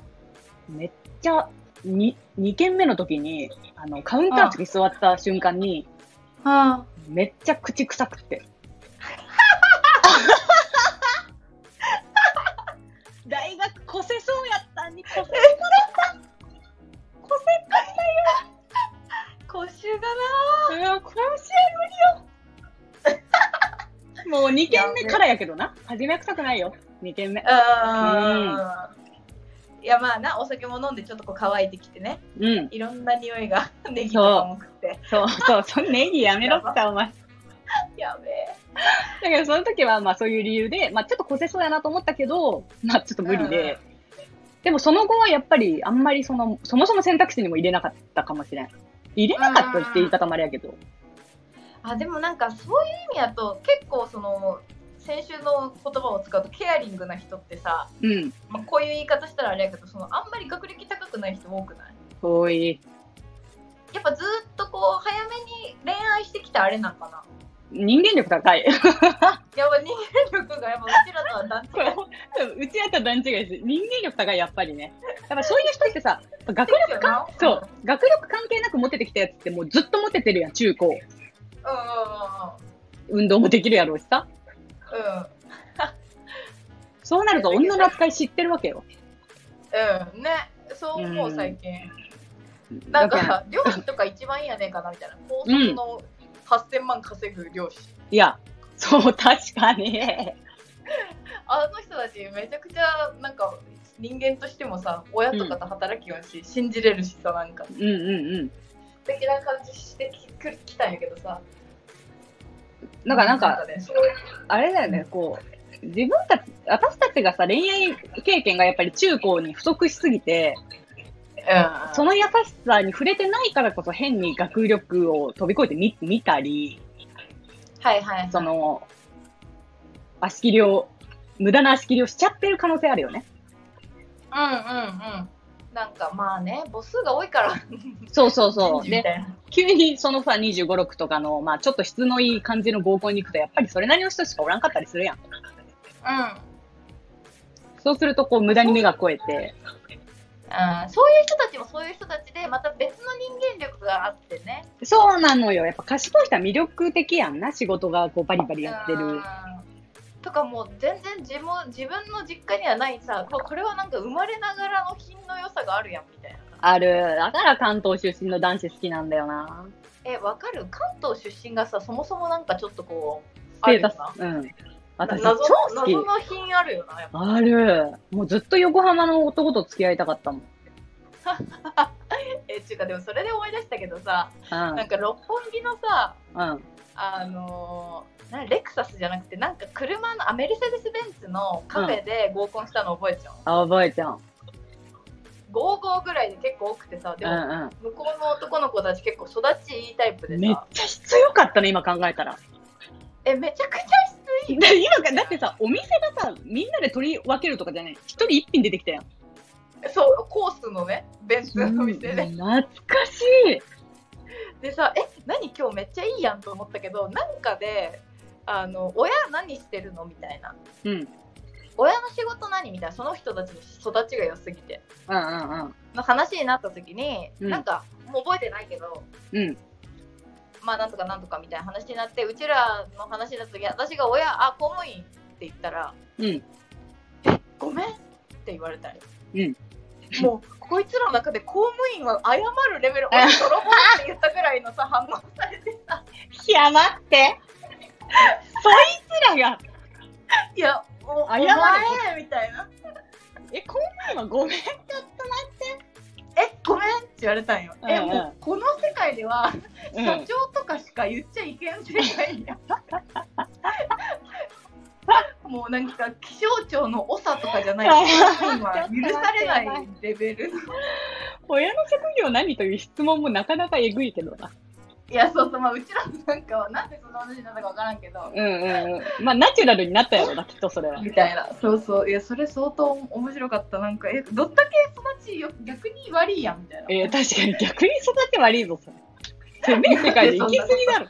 Speaker 1: めっちゃ 2, 2軒目の時に、あの、カウンター席座った瞬間に、
Speaker 2: あ
Speaker 1: めっちゃ口臭くて。大学こせそうやったんに、こせ、こせ
Speaker 2: 口臭だ
Speaker 1: うわこれは無理よ。も う2軒目からやけどな。初めは臭くないよ。2軒目。
Speaker 2: なうんいやまあなお酒も飲んでちょっとこう乾いてきてね
Speaker 1: うん。
Speaker 2: いろんな匂いが ネギとかも食って
Speaker 1: そうそう。そのネギやめろってさ、お前。だ
Speaker 2: やべえ
Speaker 1: けどその時は、まあそういう理由で、まあちょっとこせそうやなと思ったけど、まあちょっと無理で。でもその後はやっぱり、あんまりその、そもそも選択肢にも入れなかったかもしれん。入れなかったって言い方もあれやけど。
Speaker 2: あでもなんかそういう意味だと結構その先週の言葉を使うとケアリングな人ってさ、
Speaker 1: うん。
Speaker 2: まあ、こういう言い方したらあれやけどそのあんまり学歴高くない人多くない
Speaker 1: 遠い。
Speaker 2: やっぱずーっとこう早めに恋愛してきたあれなんかな
Speaker 1: 人間力高い。
Speaker 2: やっぱ人間力がやっぱうちらとは 段
Speaker 1: これ
Speaker 2: 違い
Speaker 1: うちやったら段違いです。人間力高い、やっぱりね。やっぱそういう人ってさ、学力か
Speaker 2: う ん
Speaker 1: そう、学力関係なくモテてきたやつってもうずっとモテてるやん、中高。
Speaker 2: うんうん
Speaker 1: 運動もできるやろうしさ。
Speaker 2: うんうん
Speaker 1: そうなると女の扱い知ってるわけよ。
Speaker 2: うんねそう思う最近、な
Speaker 1: だ
Speaker 2: ん
Speaker 1: から
Speaker 2: か漁師とか一番いいやねんかなみたいな高卒の8000万稼ぐ漁師、
Speaker 1: いや、そう、確かに。
Speaker 2: あの人たちめちゃくちゃなんか人間としてもさ親とかと働きようし、信じれるしさなんか
Speaker 1: うんうんうん。
Speaker 2: 素敵な感じしてきくきたんやけどさ
Speaker 1: なんか、なんか、
Speaker 2: ね、そういう
Speaker 1: あれだよね、こう、自分たち、私たちがさ、恋愛経験がやっぱり中高に不足しすぎて、
Speaker 2: うん
Speaker 1: その優しさに触れてないからこそ変に学力を飛び越えてみ見たり、
Speaker 2: はいはい
Speaker 1: その、足切りを、無駄な足切りをしちゃってる可能性あるよね。
Speaker 2: うんうんうんなんかまあね母数が多いから
Speaker 1: そうそうそう。
Speaker 2: み
Speaker 1: で、
Speaker 2: たいな
Speaker 1: 急にそのさ、25、6とかの、まあちょっと質のいい感じの合コンに行くと、やっぱりそれなりの人しかおらんかったりするやん。
Speaker 2: うん
Speaker 1: そうすると、こう、無駄に目が超えて、
Speaker 2: うんそういう人たちもそういう人たちでまた別の人間力があってね
Speaker 1: そうなのよ。やっぱ賢い人は魅力的やんな。仕事がこう、バリバリやって
Speaker 2: うん
Speaker 1: る。
Speaker 2: とかもう全然自分自分の実家にはないさここれはなんか生まれながらの品の良さがあるやんみたいな
Speaker 1: ある。だから関東出身の男子好きなんだよな。
Speaker 2: えわかる関東出身がさそもそもなんかちょっとこう
Speaker 1: ス
Speaker 2: あ
Speaker 1: テ
Speaker 2: る
Speaker 1: ー
Speaker 2: よ
Speaker 1: タス
Speaker 2: な。
Speaker 1: うん。私、超
Speaker 2: 謎の
Speaker 1: 好き
Speaker 2: 謎。の品あるよなやっぱ
Speaker 1: ある。もうずっと横浜の男と付き合いたかったもん。
Speaker 2: えちゅうかでもそれで思い出したけどさ
Speaker 1: うん
Speaker 2: な。んか六本木のさ
Speaker 1: うん。
Speaker 2: あのーなレクサスじゃなくてなんか車のあメルセデス・ベンツのカフェで合コンしたの覚えちゃう、
Speaker 1: あ、覚えちゃう。
Speaker 2: 55ぐらいで結構多くてさで
Speaker 1: う
Speaker 2: も
Speaker 1: んうん。
Speaker 2: 向こうの男の子たち結構育ちいいタイプでさ
Speaker 1: めっちゃ必要かったね、今考えたら。
Speaker 2: えめちゃくちゃ
Speaker 1: で今 かだってさ、お店がさ、みんなで取り分けるとかじゃない。一人一品出てきたやん。
Speaker 2: そうコースのねベンツのお店で、
Speaker 1: 懐かしい。
Speaker 2: でさえ何今日めっちゃいいやんと思ったけどなんかであの親何してるのみたいな
Speaker 1: うん。うん
Speaker 2: 親の仕事何みたいなその人たちの育ちが良すぎて
Speaker 1: うん
Speaker 2: の話になった時に、
Speaker 1: うん
Speaker 2: なんかもう覚えてないけど
Speaker 1: うん。うん。
Speaker 2: まあなんとかなんとかみたいな話になってうちらの話だった時私が親あ公務員って言ったら
Speaker 1: うん。
Speaker 2: ごめんって言われたり、
Speaker 1: うん
Speaker 2: もうこいつらの中で公務員は謝るレベル俺泥棒って言ったぐらいのさ反応されてさ
Speaker 1: いや、待って。そいつらが、
Speaker 2: いやもう
Speaker 1: 謝る
Speaker 2: お前みたいな
Speaker 1: え、こんなんはごめん。
Speaker 2: えごめんって言われたんよ、え
Speaker 1: うんうん
Speaker 2: もうこの世界では
Speaker 1: うん
Speaker 2: 社長とかしか言っちゃいけん世界や、もうなんか気象庁の長とかじゃない公務員は許されないレベル
Speaker 1: 親の職業何という質問もなかなかえぐいけどな。
Speaker 2: いやそうそうまあうちらなんかはなんでその話になったかわからんけど、
Speaker 1: うんうんうん。まあ、ナチュラルになったやろな、きっとそれは。
Speaker 2: みたいなそうそういやそれ相当面白かったなんかえどんだけ育ちよ逆に悪いやんみたいな、
Speaker 1: えー、確かに逆に育て悪いぞ、それ。せめえ世界で行き過ぎだろ。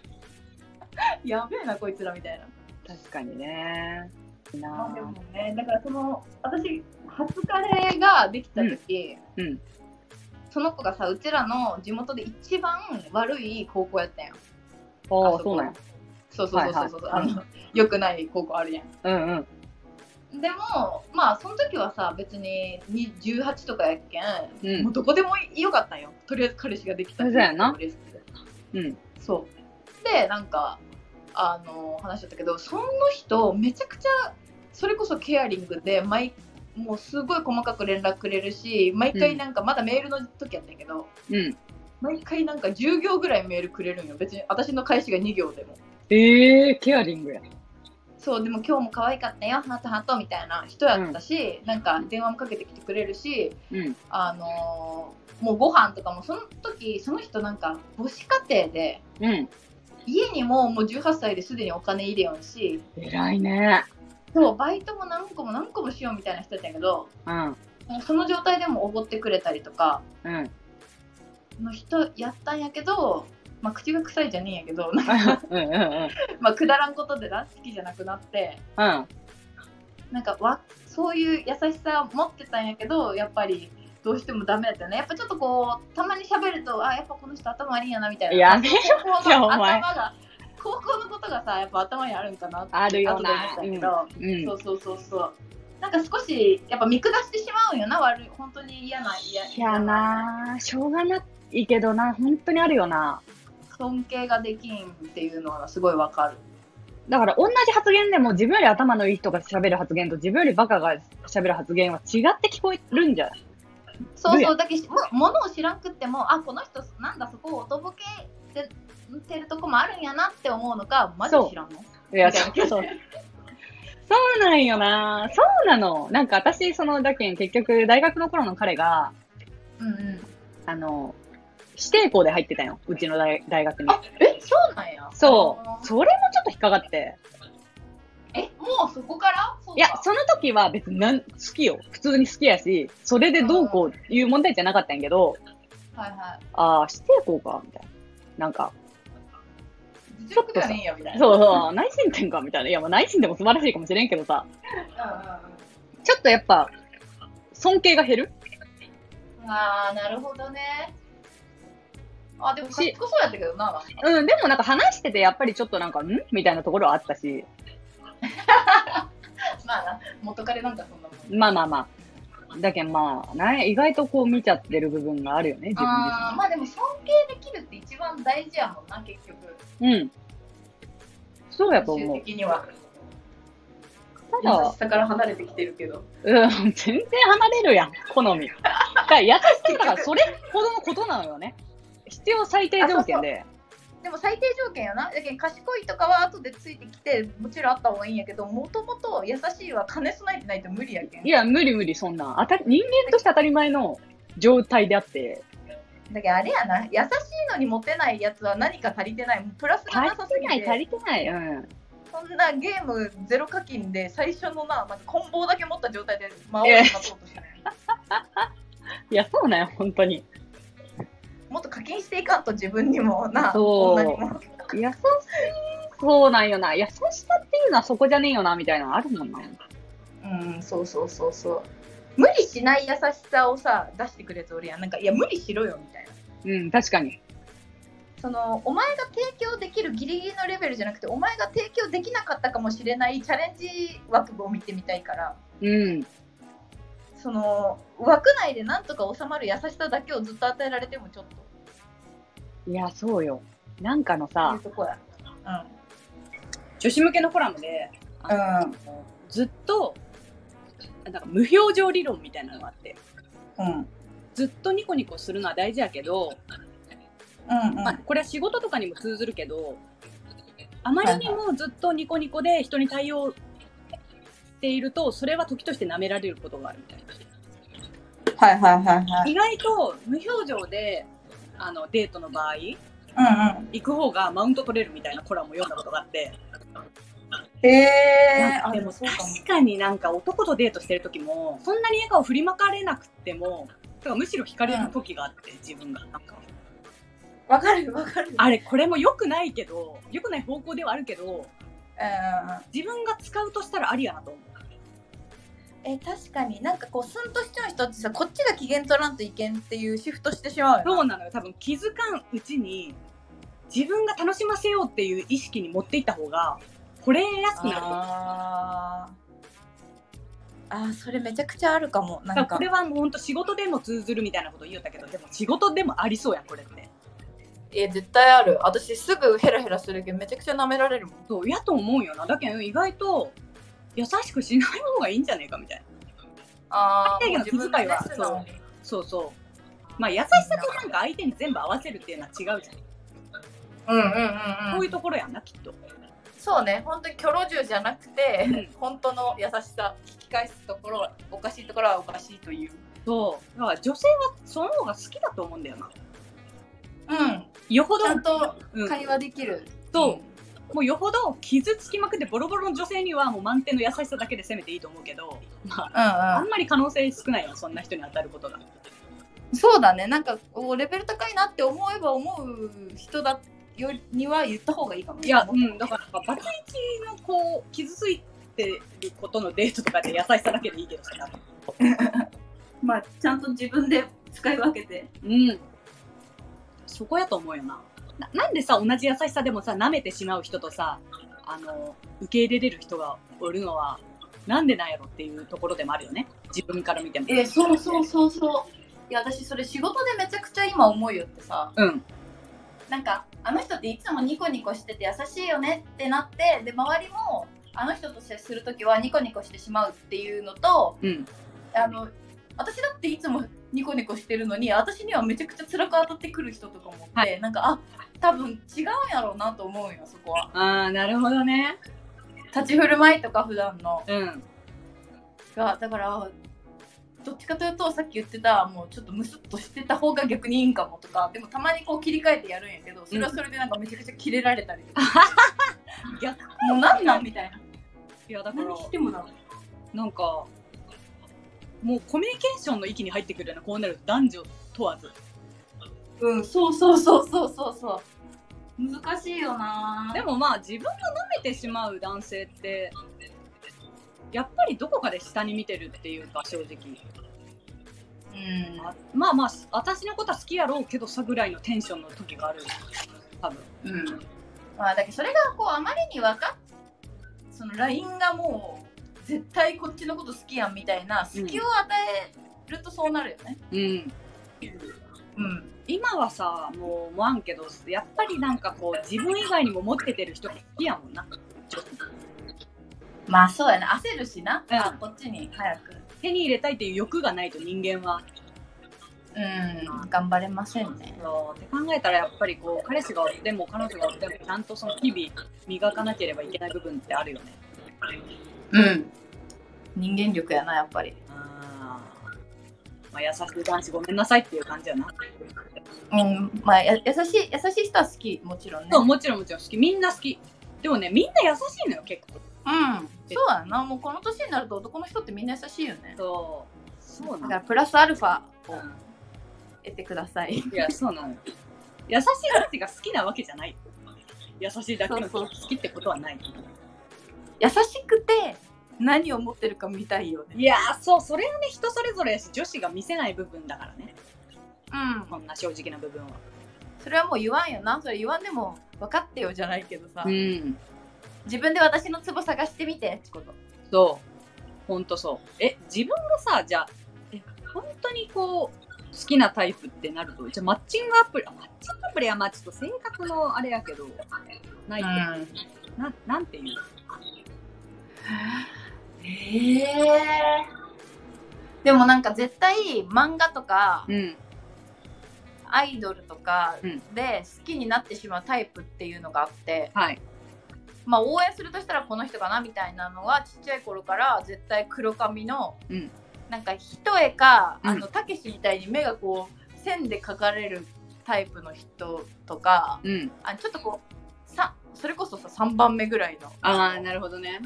Speaker 2: やべえなこいつらみたいな
Speaker 1: 確かにね。
Speaker 2: まあでも
Speaker 1: な
Speaker 2: ねだからその私初カレーができた時、
Speaker 1: うんうん
Speaker 2: その子がさうちらの地元で一番悪い高校やったんや
Speaker 1: ああ、
Speaker 2: そ
Speaker 1: そ
Speaker 2: こ
Speaker 1: うなんや。
Speaker 2: そうそうそうそうそう、
Speaker 1: はいはい
Speaker 2: あの良くない高校あるやん
Speaker 1: うんうん。
Speaker 2: でもまあその時はさ別にに18とかやっけん、
Speaker 1: うん
Speaker 2: もうどこでもよかったんよとりあえず彼氏ができた
Speaker 1: そうやな
Speaker 2: 嬉しくて
Speaker 1: うん。
Speaker 2: そうでなんかあの話だったけどその人めちゃくちゃそれこそケアリングで毎もうすごい細かく連絡くれるし毎
Speaker 1: う
Speaker 2: 回
Speaker 1: ん
Speaker 2: なんかまだメールの時やったんやけど、
Speaker 1: うん。
Speaker 2: 毎回なんか10行ぐらいメールくれるんよ別に私の返しが2行でも
Speaker 1: ええー、ケアリングや。
Speaker 2: そうでも今日も可愛かったよハートハートみたいな人やったし、なんか電話もかけてきてくれるし
Speaker 1: うん。
Speaker 2: あのーもうご飯とかもその時その人なんか母子家庭で
Speaker 1: うん。
Speaker 2: 家にももう18歳ですでにお金入れようし
Speaker 1: 偉いね。
Speaker 2: そうバイトも何個も何個もしようみたいな人やったんやけど
Speaker 1: うん。
Speaker 2: その状態でもおごってくれたりとか
Speaker 1: うん。
Speaker 2: の人やったんやけど、まあ、口が臭いじゃねえんやけど
Speaker 1: うんうんうん。
Speaker 2: まあくだらんことでな好きじゃなくなって
Speaker 1: うん。
Speaker 2: なんかわそういう優しさ持ってたんやけどやっぱりどうしてもダメだったよねやっぱちょっとこうたまに喋るとあやっぱこの人頭悪いんやなみたいな
Speaker 1: やめろよ
Speaker 2: 高校の
Speaker 1: お前
Speaker 2: 頭が高校のことがさやっぱ頭にあるんかなって
Speaker 1: あるよ
Speaker 2: 後で思っ
Speaker 1: な。
Speaker 2: た
Speaker 1: う
Speaker 2: け
Speaker 1: ん。
Speaker 2: ど、
Speaker 1: うん
Speaker 2: そうそうそうそうなんか少しやっぱ見下してしまうんよな悪い本当に嫌な嫌
Speaker 1: いやなあしょうがないけどな、本当にあるよな。
Speaker 2: 尊敬ができんっていうのはすごいわかる
Speaker 1: だから同じ発言でも自分より頭のいい人が喋る発言と自分よりバカが喋る発言は違って聞こえるんじゃない
Speaker 2: そう
Speaker 1: どう
Speaker 2: そうだけしも物を知らんくってもあこの人なんだそこをおとぼけててるとこもあるんやなって思うのかマジで知らんの
Speaker 1: いや、
Speaker 2: みたい
Speaker 1: そうそ
Speaker 2: な
Speaker 1: う。そうなんよなそうなの。なんか私、その、だけん結局大学の頃の彼が、
Speaker 2: うんうん
Speaker 1: あの、指定校で入ってたよ。うちの大大学に。
Speaker 2: あえそうなんや
Speaker 1: そう。
Speaker 2: う
Speaker 1: それもちょっと引っかかって。
Speaker 2: えもうそこからそうか
Speaker 1: いや、その時は別になん好きよ。普通に好きやし、それでどうこういう問題じゃなかったんやけど、
Speaker 2: はいはい
Speaker 1: ああ、指定校か、みたいな。なんか、
Speaker 2: 実力ではねえんやみたいな
Speaker 1: そうそう、内申点か、みたいな。いや、まあ内申でも素晴らしいかもしれんけどさ、
Speaker 2: う
Speaker 1: ちょっとやっぱ、尊敬が減る
Speaker 2: んうんうんああなるほどねあでもかっこそうやったけどな
Speaker 1: うん、でもなんか話してて、やっぱりちょっとなんか、んみたいなところはあったし、
Speaker 2: まあな元彼なんかそんなもん
Speaker 1: まあまあまあ。だけんまあ、なんや意外とこう見ちゃってる部分があるよね、自
Speaker 2: あ
Speaker 1: 分
Speaker 2: ーまあでも尊敬できるって一番大事やもんな結局
Speaker 1: で。うん。そうやと
Speaker 2: 最
Speaker 1: 思う
Speaker 2: 終。的には
Speaker 1: ただ
Speaker 2: 優しさから離れてきてるけど
Speaker 1: うん、全然離れるやん、好み。だから、優しさだから、それほどのことなのよね。必要最低条件で。
Speaker 2: でも最低条件やなだけど賢いとかは後でついてきてもちろんあった方がいいんやけどもともと優しいは金備えてないと無理やけん
Speaker 1: いや、無理無理、そんな。当たり人間として当たり前の状態であって、
Speaker 2: だけどあれやな優しいのにモテないやつは何か足りてないプラスがなさ
Speaker 1: 足
Speaker 2: す
Speaker 1: りて
Speaker 2: ぎ
Speaker 1: ない、足
Speaker 2: て
Speaker 1: りてない。うん。
Speaker 2: そんなゲームゼロ課金で最初のななんか棍棒だけ持った状態で魔王に勝とうとしてない
Speaker 1: いや、そうなんよ、本当に。
Speaker 2: もっと課金していかんと自分にもな
Speaker 1: そう
Speaker 2: 女にも
Speaker 1: 優しい、そうなんよな。優しさっていうのはそこじゃねえよな、みたいなのあるもんな。
Speaker 2: うん、そうそうそうそう。無理しない優しさをさ、出してくれておるやん。なんか、いや、無理しろよみたいな。
Speaker 1: うん、確かに。
Speaker 2: その、お前が提供できるギリギリのレベルじゃなくて、お前が提供できなかったかもしれないチャレンジ枠を見てみたいから、
Speaker 1: うん。
Speaker 2: その、枠内でなんとか収まる優しさだけをずっと与えられてもちょっと、
Speaker 1: いや、そうよ。なんかの
Speaker 2: ってい
Speaker 1: さ
Speaker 2: う、とこや。
Speaker 3: 女子向けのコラムで
Speaker 2: うん。うん。
Speaker 3: ずっとなんか無表情理論みたいなのがあって
Speaker 2: うん。
Speaker 3: ずっとニコニコするのは大事やけど、
Speaker 2: うん、うん
Speaker 3: まあ、これは仕事とかにも通ずるけどあまりにもずっとニコニコで人に対応しているとそれは時として舐められることがあるみたいな。
Speaker 2: はいはいはいはい。
Speaker 3: 意外と無表情であのデートの場合
Speaker 2: うんうん。
Speaker 3: 行く方がマウント取れるみたいなコラムを読んだことがあって、
Speaker 2: えー、あ、
Speaker 3: で
Speaker 2: で
Speaker 3: も
Speaker 2: もそうかも。
Speaker 3: 確かになんか男とデートしてる時もそんなに笑顔振りまかれなくてもとかむしろ惹かれる時があって、自分がなんか
Speaker 2: わかるわかる。
Speaker 3: あれこれも良くないけど良くない方向ではあるけど
Speaker 2: うん。
Speaker 3: 自分が使うとしたらありやなと思う。
Speaker 2: え確かになんかこうスンとしちゃう人ってさこっちが機嫌取らんといけんっていうシフトしてしまうよ
Speaker 1: そうなのよ多分気づかんうちに自分が楽しませようっていう意識に持っていった方が惚れやすくなると思う
Speaker 2: あーあーそれめちゃくちゃあるかもな
Speaker 1: だ
Speaker 2: ん
Speaker 1: から
Speaker 2: か
Speaker 1: これはもう本当仕事でも通ずるみたいなこと言うたけどでも仕事でもありそうやんこれって
Speaker 2: いや絶対ある私すぐヘラヘラするけどめちゃくちゃ舐められるもん
Speaker 1: そうやと思うよなだけど意外と優しくしない方がいいんじゃないかみたいな
Speaker 2: あ
Speaker 1: ある程度の気遣いは
Speaker 2: もう自分のね素直に
Speaker 1: そうそうまあ優しさとなんか相手に全部合わせるっていうのは違うじゃん、
Speaker 2: うんうんうんうん
Speaker 1: こういうところやんなきっと
Speaker 2: そうね本当にキョロ銃じゃなくて、
Speaker 1: うん
Speaker 2: 本当の優しさ引き返すところおかしいところはおかしいという
Speaker 1: そうだから女性はその方が好きだと思うんだよな
Speaker 2: うん
Speaker 1: よほど
Speaker 2: ちゃんと
Speaker 1: うん
Speaker 2: 会話できる、
Speaker 1: そうもうよほど傷つきまくってボロボロの女性にはもう満点の優しさだけで攻めていいと思うけど、ま
Speaker 2: うん
Speaker 1: あ、あ
Speaker 2: うん
Speaker 1: まり可能性少ないわそんな人に当たることが
Speaker 2: んそうだねなんかおレベル高いなって思えば思う人だよりには言った方がいいかも
Speaker 1: いやうんだからなんかバツイチのこう傷ついてることのデートとかで優しさだけでいいけどさ
Speaker 4: まあ、ちゃんと自分で使い分けて。
Speaker 1: うんそこやと思うよなななんでさ同じ優しさでもさ舐めてしまう人とさあの受け入れれる人がおるのはなんでなんやろっていうところでもあるよね自分から見ても
Speaker 2: えそうそうそうそういや私それ仕事でめちゃくちゃ今思うよってさ
Speaker 1: うん
Speaker 2: なんかあの人っていつもニコニコしてて優しいよねってなってで周りもあの人と接する時はニコニコしてしまうっていうのと
Speaker 1: うん
Speaker 2: あの私だっていつもニコニコしてるのに私にはめちゃくちゃ辛く当たってくる人とかもって、
Speaker 1: は
Speaker 2: なんかあ多分違うんやろうなと思うよそこは
Speaker 1: ああなるほどね
Speaker 2: 立ち振る舞いとか普段の
Speaker 1: うん
Speaker 2: がだからどっちかというとさっき言ってたもうちょっとムスッとしてた方が逆にいいんかもとかでもたまにこう切り替えてやるんやけどそれはそれでなんかめちゃくちゃキレられたりとか、
Speaker 1: 逆
Speaker 2: もうなんなんみたいない
Speaker 1: やだから
Speaker 4: 何してもな。
Speaker 1: なんかもうコミュニケーションの域に入ってくるよねこうなると男女問わず
Speaker 2: うんそうそうそうそうそうそう
Speaker 4: 難しいよな。
Speaker 1: でもまあ自分が舐めてしまう男性ってやっぱりどこかで下に見てるっていうか正直
Speaker 2: うん
Speaker 1: あまあまあ私のことは好きやろうけどさぐらいのテンションの時がある多分
Speaker 2: うん、まあだけどそれがこうあまりに分かっその LINE がもう絶対こっちのこと好きやんみたいな隙を与えるとそうなるよね
Speaker 1: うん
Speaker 2: うん
Speaker 1: 今はさもう思わんけどやっぱりなんかこう自分以外にも持っててる人が好きやもんな
Speaker 2: まあそうやな焦るしな、
Speaker 1: うん
Speaker 2: あこっちに早く
Speaker 1: 手に入れたいっていう欲がないと人間は
Speaker 2: うん頑張れませんね
Speaker 1: そうって考えたらやっぱりこう彼氏がおっても彼女がおってもちゃんとその日々磨かなければいけない部分ってあるよね。
Speaker 2: うん人間力やなやっぱり
Speaker 1: あまあ、優しい男子ごめんなさいっていう感じやな。
Speaker 2: うんまあや優しい優しい人は好きもちろんね
Speaker 1: そうもちろんもちろん好きみんな好き。でもねみんな優しいのよ結構。
Speaker 2: うんそうやなもうこの年になると男の人ってみんな優しいよね
Speaker 1: そうそうな
Speaker 2: だから
Speaker 1: の。
Speaker 2: プラスアルファを得てください
Speaker 1: いやそうなの。優しい男子が好きなわけじゃない。優しいだけの人が好きってことはない。
Speaker 2: 優しくて何を持ってるか見たいよね
Speaker 1: いやーそうそれはね人それぞれやし女子が見せない部分だからね
Speaker 2: うん
Speaker 1: こんな正直な部分は。
Speaker 2: それはもう言わんよなそれ言わんでも分かってよじゃないけどさ、
Speaker 1: ん。
Speaker 2: 自分で私のツボ探してみてってこと
Speaker 1: そう。ほんとそう。え、自分がさ、じゃあ、え、本当にこう、好きなタイプってなると、じゃあマッチングアプリ、あマッチングアプリはまあちょっと性格のあれやけど、ないけど、ななんていう
Speaker 2: ええでもなんか絶対漫画とか
Speaker 1: うん。
Speaker 2: アイドルとか
Speaker 1: うん
Speaker 2: で好きになってしまうタイプっていうのがあって、
Speaker 1: はい。
Speaker 2: まあ応援するとしたらこの人かなみたいなのはちっちゃい頃から絶対黒髪の、
Speaker 1: うん
Speaker 2: なんか一重か
Speaker 1: うん
Speaker 2: あのたけしみたいに目がこう線で描かれるタイプの人とか
Speaker 1: うん。
Speaker 2: あちょっとこうさそれこそさ3番目ぐらいの
Speaker 1: ああ、なるほどね。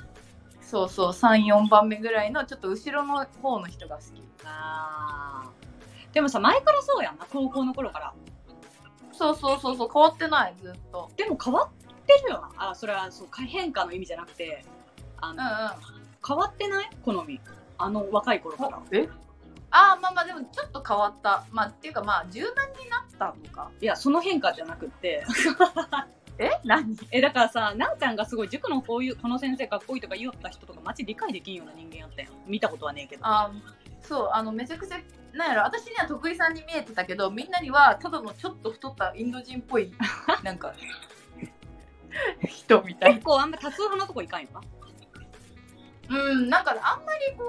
Speaker 2: そうそう34番目ぐらいのちょっと後ろの方の人が好き
Speaker 1: ああ。でもさ、前からそうやんな、高校の頃から。
Speaker 2: そうそうそうそう変わってないずっと
Speaker 1: でも変わってるよな。あ、それはそうか変化の意味じゃなくて、あ
Speaker 2: う
Speaker 1: の
Speaker 2: んうん
Speaker 1: 変わってない好み。あの若い頃から。
Speaker 2: えああまあまあでもちょっと変わったまあっていうかまあ柔軟になったのか
Speaker 1: いやその変化じゃなくって
Speaker 2: え
Speaker 1: 何えだからさなおちゃんがすごい塾のこういうこの先生かっこいいとか言おった人とかマジ理解できんような人間やったやん見たことはねえけど
Speaker 2: あーそうあのめちゃくちゃなんやろ私には得意さんに見えてたけどみんなにはただのちょっと太ったインド人っぽ いなんか人みたい
Speaker 1: 結構あんま多数派のとこいかんよな
Speaker 2: うんなんかあんまりこ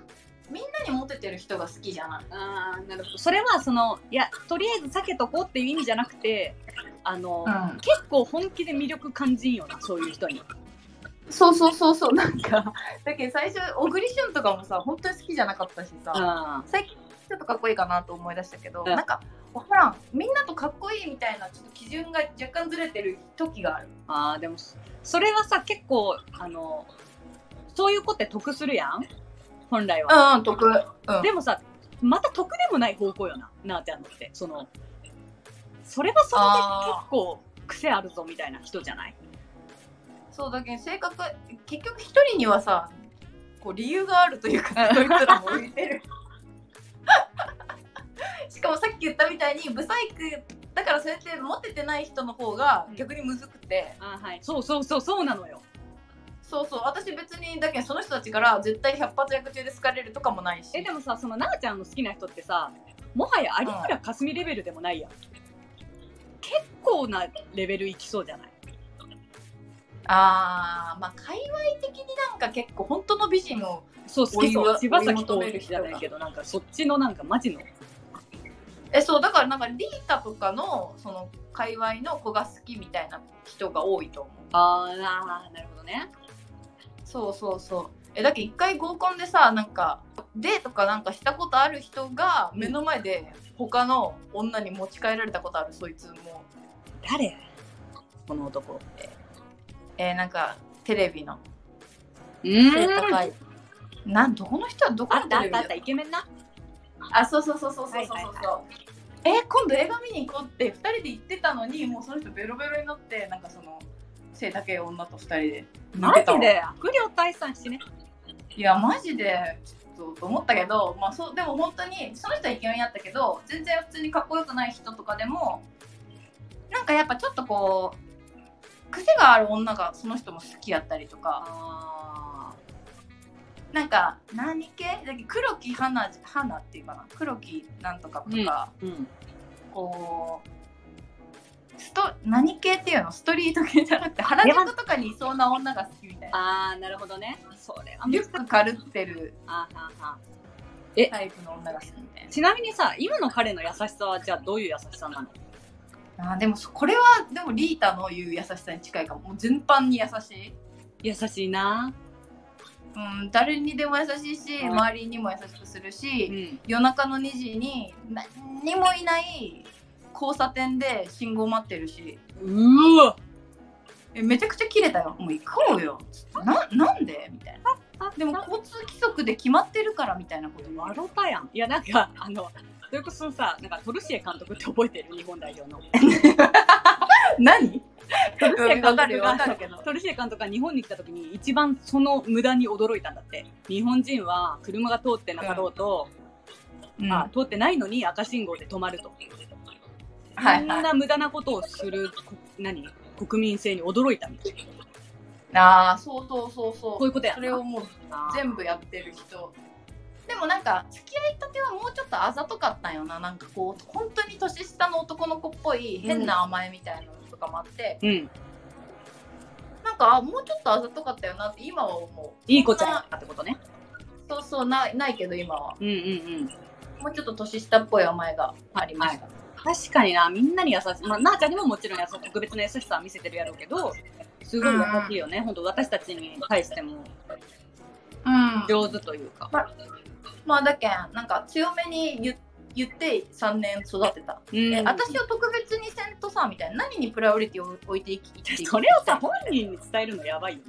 Speaker 2: うみんなにモテてる人が好きじゃない
Speaker 1: あーなるほどそれはそのいやとりあえず避けとこうっていう意味じゃなくてあの、
Speaker 2: うん
Speaker 1: 結構本気で魅力感じんよなそういう人に
Speaker 2: そうそうそうそうなんかだけど最初小栗旬とかもさ本当に好きじゃなかったしさ、
Speaker 1: あ
Speaker 2: 最近ちょっとかっこいいかなと思い出したけど、
Speaker 1: うん
Speaker 2: なんか分からんみんなとかっこいいみたいなちょっと基準が若干ずれてる時がある
Speaker 1: あーでもそそれはさ結構あのそういう子って得するやん本来は、
Speaker 2: うんうん得うん
Speaker 1: でもさまた得でもない方向よななあちゃんのってそのそれはそれで結構癖あるぞみたいな人じゃない
Speaker 2: そうだけど性格結局一人にはさこう理由があるというかそいつらも浮いてる しかもさっき言ったみたいにブサイクだからそうやってモテてない人の方が逆にむずくて、
Speaker 1: あーはいそうそうそうそうなのよ
Speaker 2: そうそう私別にだけどその人たちから絶対百発百中で好かれるとかもないし
Speaker 1: えでもさそのなあちゃんの好きな人ってさもはや有村架純レベルでもないやん、結構なレベルいきそうじゃない
Speaker 2: あーまあ界隈的になんか結構本当の美人を
Speaker 1: そう好きそ
Speaker 2: 追いうは
Speaker 1: 柴咲
Speaker 2: 追い求
Speaker 1: コ
Speaker 2: め
Speaker 1: ウ
Speaker 2: る
Speaker 1: じ
Speaker 2: 人
Speaker 1: ゃ
Speaker 2: が
Speaker 1: ないけどなんかそっちのなんかマジの
Speaker 2: えそうだからなんかリータとかのその界隈の子が好きみたいな人が多いと思う
Speaker 1: あーあーなるほどね
Speaker 2: そうそうそうえだけど一回合コンでさなんかデートかなんかしたことある人が目の前で他の女に持ち帰られたことあるそいつも
Speaker 1: 誰この男
Speaker 2: えーなんかテレビの
Speaker 1: う
Speaker 2: 背高いなんどこの人はどこ
Speaker 1: あ
Speaker 2: の
Speaker 1: っ
Speaker 2: テ
Speaker 1: たあっ
Speaker 2: レビ
Speaker 1: たあ
Speaker 2: だ
Speaker 1: ったイケメンな
Speaker 2: あそうそうそうそうそうそうそう、
Speaker 1: はいはい
Speaker 2: えー今度映画見に行こうって2人で行ってたのにもうその人ベロベロになってなんかその背高い女と2人で
Speaker 1: マ
Speaker 2: 見てた
Speaker 1: ジ
Speaker 2: わ
Speaker 1: で悪霊退散してね
Speaker 2: いやマジでちょっとと思ったけど、まあ、そうでも本当にその人はイケメンやったけど全然普通にかっこよくない人とかでもなんかやっぱちょっとこう癖がある女がその人も好きやったりとか
Speaker 1: あ
Speaker 2: なんか何系だっけ黒木花花っていうかな黒木なんとかとか、
Speaker 1: ーうん
Speaker 2: こうスト何系っていうのストリート系じゃなくて原宿とかにいそうな女が好きみたいな
Speaker 1: ああなるほどねそれは
Speaker 2: リュックかるってる
Speaker 1: あーはーは
Speaker 2: タイプの女が好きみたいな
Speaker 1: ー。ちなみにさ今の彼の優しさはじゃあどういう優しさなの
Speaker 2: あーでもそこれはでもリータの言う優しさに近いかももう全般に優しい、
Speaker 1: 優しいな
Speaker 2: うん、誰にでも優しいし
Speaker 1: うん
Speaker 2: 周りにも優しくするし、
Speaker 1: ん
Speaker 2: 夜中の2時に何にもいない交差点で信号待ってるし
Speaker 1: うわ
Speaker 2: えめちゃくちゃキレたよもう行こうよつってななんでみたいな でも交通規則で決まってるからみたいなこと言われる
Speaker 1: 笑ったやんいやなんかあのそれこそさなんかトルシエ監督って覚えてる日本代表の
Speaker 2: 何
Speaker 1: トルシエ監督が
Speaker 2: わ か るよわかるけど
Speaker 1: トルシエ監督が日本に来た時に一番その無駄に驚いたんだって日本人は車が通ってなかろうと、
Speaker 2: うん
Speaker 1: まあ
Speaker 2: は
Speaker 1: 通ってないのに赤信号で止まるとそ
Speaker 2: い
Speaker 1: ん
Speaker 2: は
Speaker 1: な無駄なことをするこ何国民性に驚いたみたいない
Speaker 2: ああそうそうそうそう
Speaker 1: こういうことやん
Speaker 2: そ
Speaker 1: な
Speaker 2: れをもう全部やってる人でもなんか付き合いたてはもうちょっとあざとかったんよななんかこう本当に年下の男の子っぽい変な甘えみたいなのとかもあって、
Speaker 1: うん
Speaker 2: なんかあもうちょっとあざとかったよなって今は思う
Speaker 1: いい子ちゃんや
Speaker 2: な
Speaker 1: ったってことね
Speaker 2: そうそうないないけど今は
Speaker 1: うんうんうん
Speaker 2: もうちょっと年下っぽい甘えがありました、
Speaker 1: 確かになみんなに優しい、まあ、なあちゃんにももちろん優しい特別な優しさは見せてるやろうけどすごい優しいよね、本当私たちに対しても
Speaker 2: うん
Speaker 1: 上手というか、
Speaker 2: まあだけんなんか強めに言言って3年育てた、
Speaker 1: うん
Speaker 2: え私を特別にせんとさみたいな何にプライオリティを置いていき生きて いき
Speaker 1: それをさ本人に伝えるのやばいよ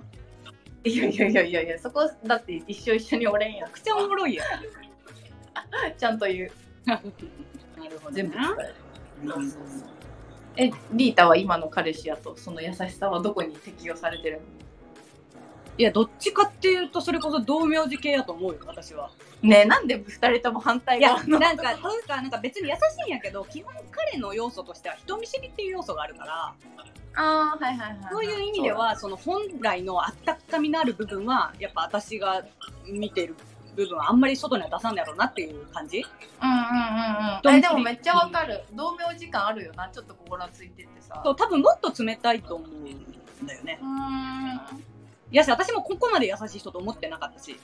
Speaker 2: いやいやいやいやいやそこだって一生一緒におれんや
Speaker 1: めちゃくちゃおもろいよ
Speaker 2: ちゃんと言う
Speaker 1: なるほどね
Speaker 2: 全部伝える
Speaker 1: うんうん
Speaker 2: えリータは今の彼氏やとその優しさはどこに適用されてる
Speaker 1: いや、どっちかっていうと、それこそ同名字系やと思うよ、私は。
Speaker 2: ねえなんで2人とも反対
Speaker 1: いや
Speaker 2: 側、の
Speaker 1: なんか、というか、なんか別に優しいんやけど、基本彼の要素としては人見知りっていう要素があるから、
Speaker 2: ああはいはいはい
Speaker 1: そういう意味では、その本来のあったかみのある部分は、やっぱ私が見てる部分はあんまり外には出さんやろうなっていう感じ
Speaker 2: うんうんうんうんえでもめっちゃわかる同名時間あるよなちょっと心ついてってさ
Speaker 1: そう多分もっと冷たいと思うんだよね
Speaker 2: う。ーん
Speaker 1: いやし、私もここまで優しい人と思ってなかったし、
Speaker 2: い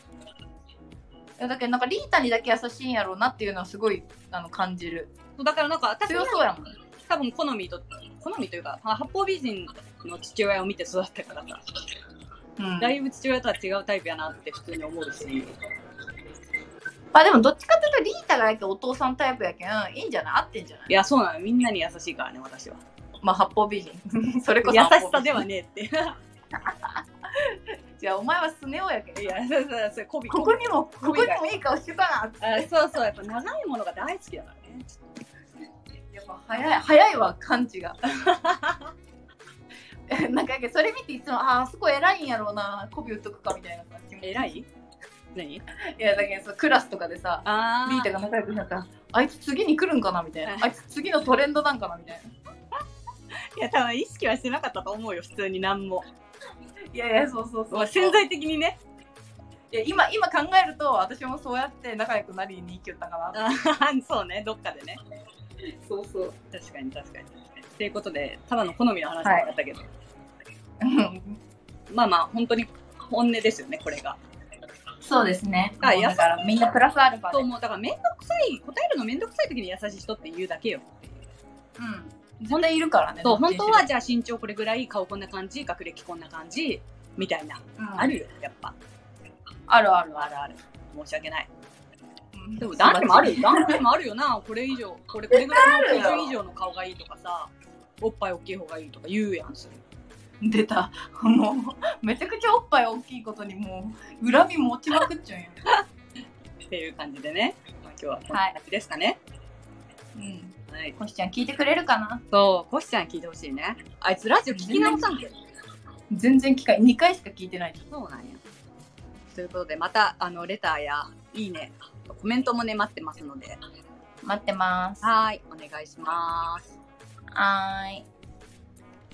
Speaker 2: やだけどなんかリータにだけ優しいんやろうなっていうのはすごいあの感じる
Speaker 1: そうだからなんか私
Speaker 2: 強
Speaker 1: は
Speaker 2: そうやもん
Speaker 1: 多分好みと、好みというか、まあ八方美人の父親を見て育ったからさ、
Speaker 2: うん
Speaker 1: だいぶ父親とは違うタイプやなって普通に思うし、
Speaker 2: まあでもどっちかっていうとリータがやけんお父さんタイプやけんいいんじゃない合ってんじゃない
Speaker 1: いや、そうなの、みんなに優しいからね、私は。
Speaker 2: まあ八方 美人それ
Speaker 1: 優
Speaker 2: こそ
Speaker 1: しさではねえって。
Speaker 2: じゃあお前はスネ夫やけ
Speaker 1: い
Speaker 2: ん
Speaker 1: や、そうそうそう、こび、
Speaker 2: こ
Speaker 1: こ
Speaker 2: こにもここにもいい顔してたなって
Speaker 1: びあそうそう、やっぱ長いものが大好きだからね。
Speaker 2: やっぱ早い早いわ感じが なんかやけんそれ見ていつもああそこ偉いんやろうな媚び打っとくかみたいな感じ
Speaker 1: 偉い何
Speaker 2: いやだけどそうクラスとかでさ
Speaker 1: あ
Speaker 2: リータが仲良くなったらあいつ次に来るんかなみたいなあいつ次のトレンドなんかなみたいない
Speaker 1: や、多分意識はしてなかったと思うよ、普通に何も。
Speaker 2: いやいやそうそうそう
Speaker 1: 潜在的にね。
Speaker 2: いや今今考えると私もそうやって仲良くなりに行きよったかな
Speaker 1: あーそうね、どっかでね。
Speaker 2: そうそう
Speaker 1: 確かに確かに。ということで、ただの好みの話だったけど、まあまあ、本当に本音ですよね、これが。
Speaker 2: そうですね
Speaker 1: あ
Speaker 2: もうだからみんなプラスアルファ
Speaker 1: そ
Speaker 2: で
Speaker 1: う、もうだから、めんどくさい、答えるのめんどくさい時に優しい人って言うだけよ。
Speaker 2: うんそんないるからね
Speaker 1: そう、
Speaker 2: ど
Speaker 1: 本
Speaker 2: っちにしろ
Speaker 1: 当はじゃあ身長これぐらい、顔こんな感じ、学歴こんな感じ、みたいな。
Speaker 2: うん
Speaker 1: あるよ、やっぱ。
Speaker 2: あるある
Speaker 1: あ
Speaker 2: ある
Speaker 1: るある。申し訳ない。
Speaker 2: うん
Speaker 1: でも男子もあ るよ、男子もあるよな、これ以上、これこれぐらいのこれ以上の顔がいいとかさ、おっぱい大きい方がいいとか言うやん、それ。
Speaker 2: 出たもうめちゃくちゃおっぱい大きいことにもう恨み持ちまくっちゃうんや、
Speaker 1: っていう感じでね、まあ、今日はこんな
Speaker 2: はい
Speaker 1: 感じですかね。
Speaker 2: うん、
Speaker 1: はい。
Speaker 2: コシちゃん聞いてくれるかな
Speaker 1: そう、コシちゃん聞いてほしいね。あいつラジオ聞き直さんけど。
Speaker 2: 全然聞か2回しか聞いてない
Speaker 1: そうなんや。ということで、また、あの、レターや、いいね、コメントもね、待ってますので、
Speaker 2: 待ってますは
Speaker 1: はい、お願いします。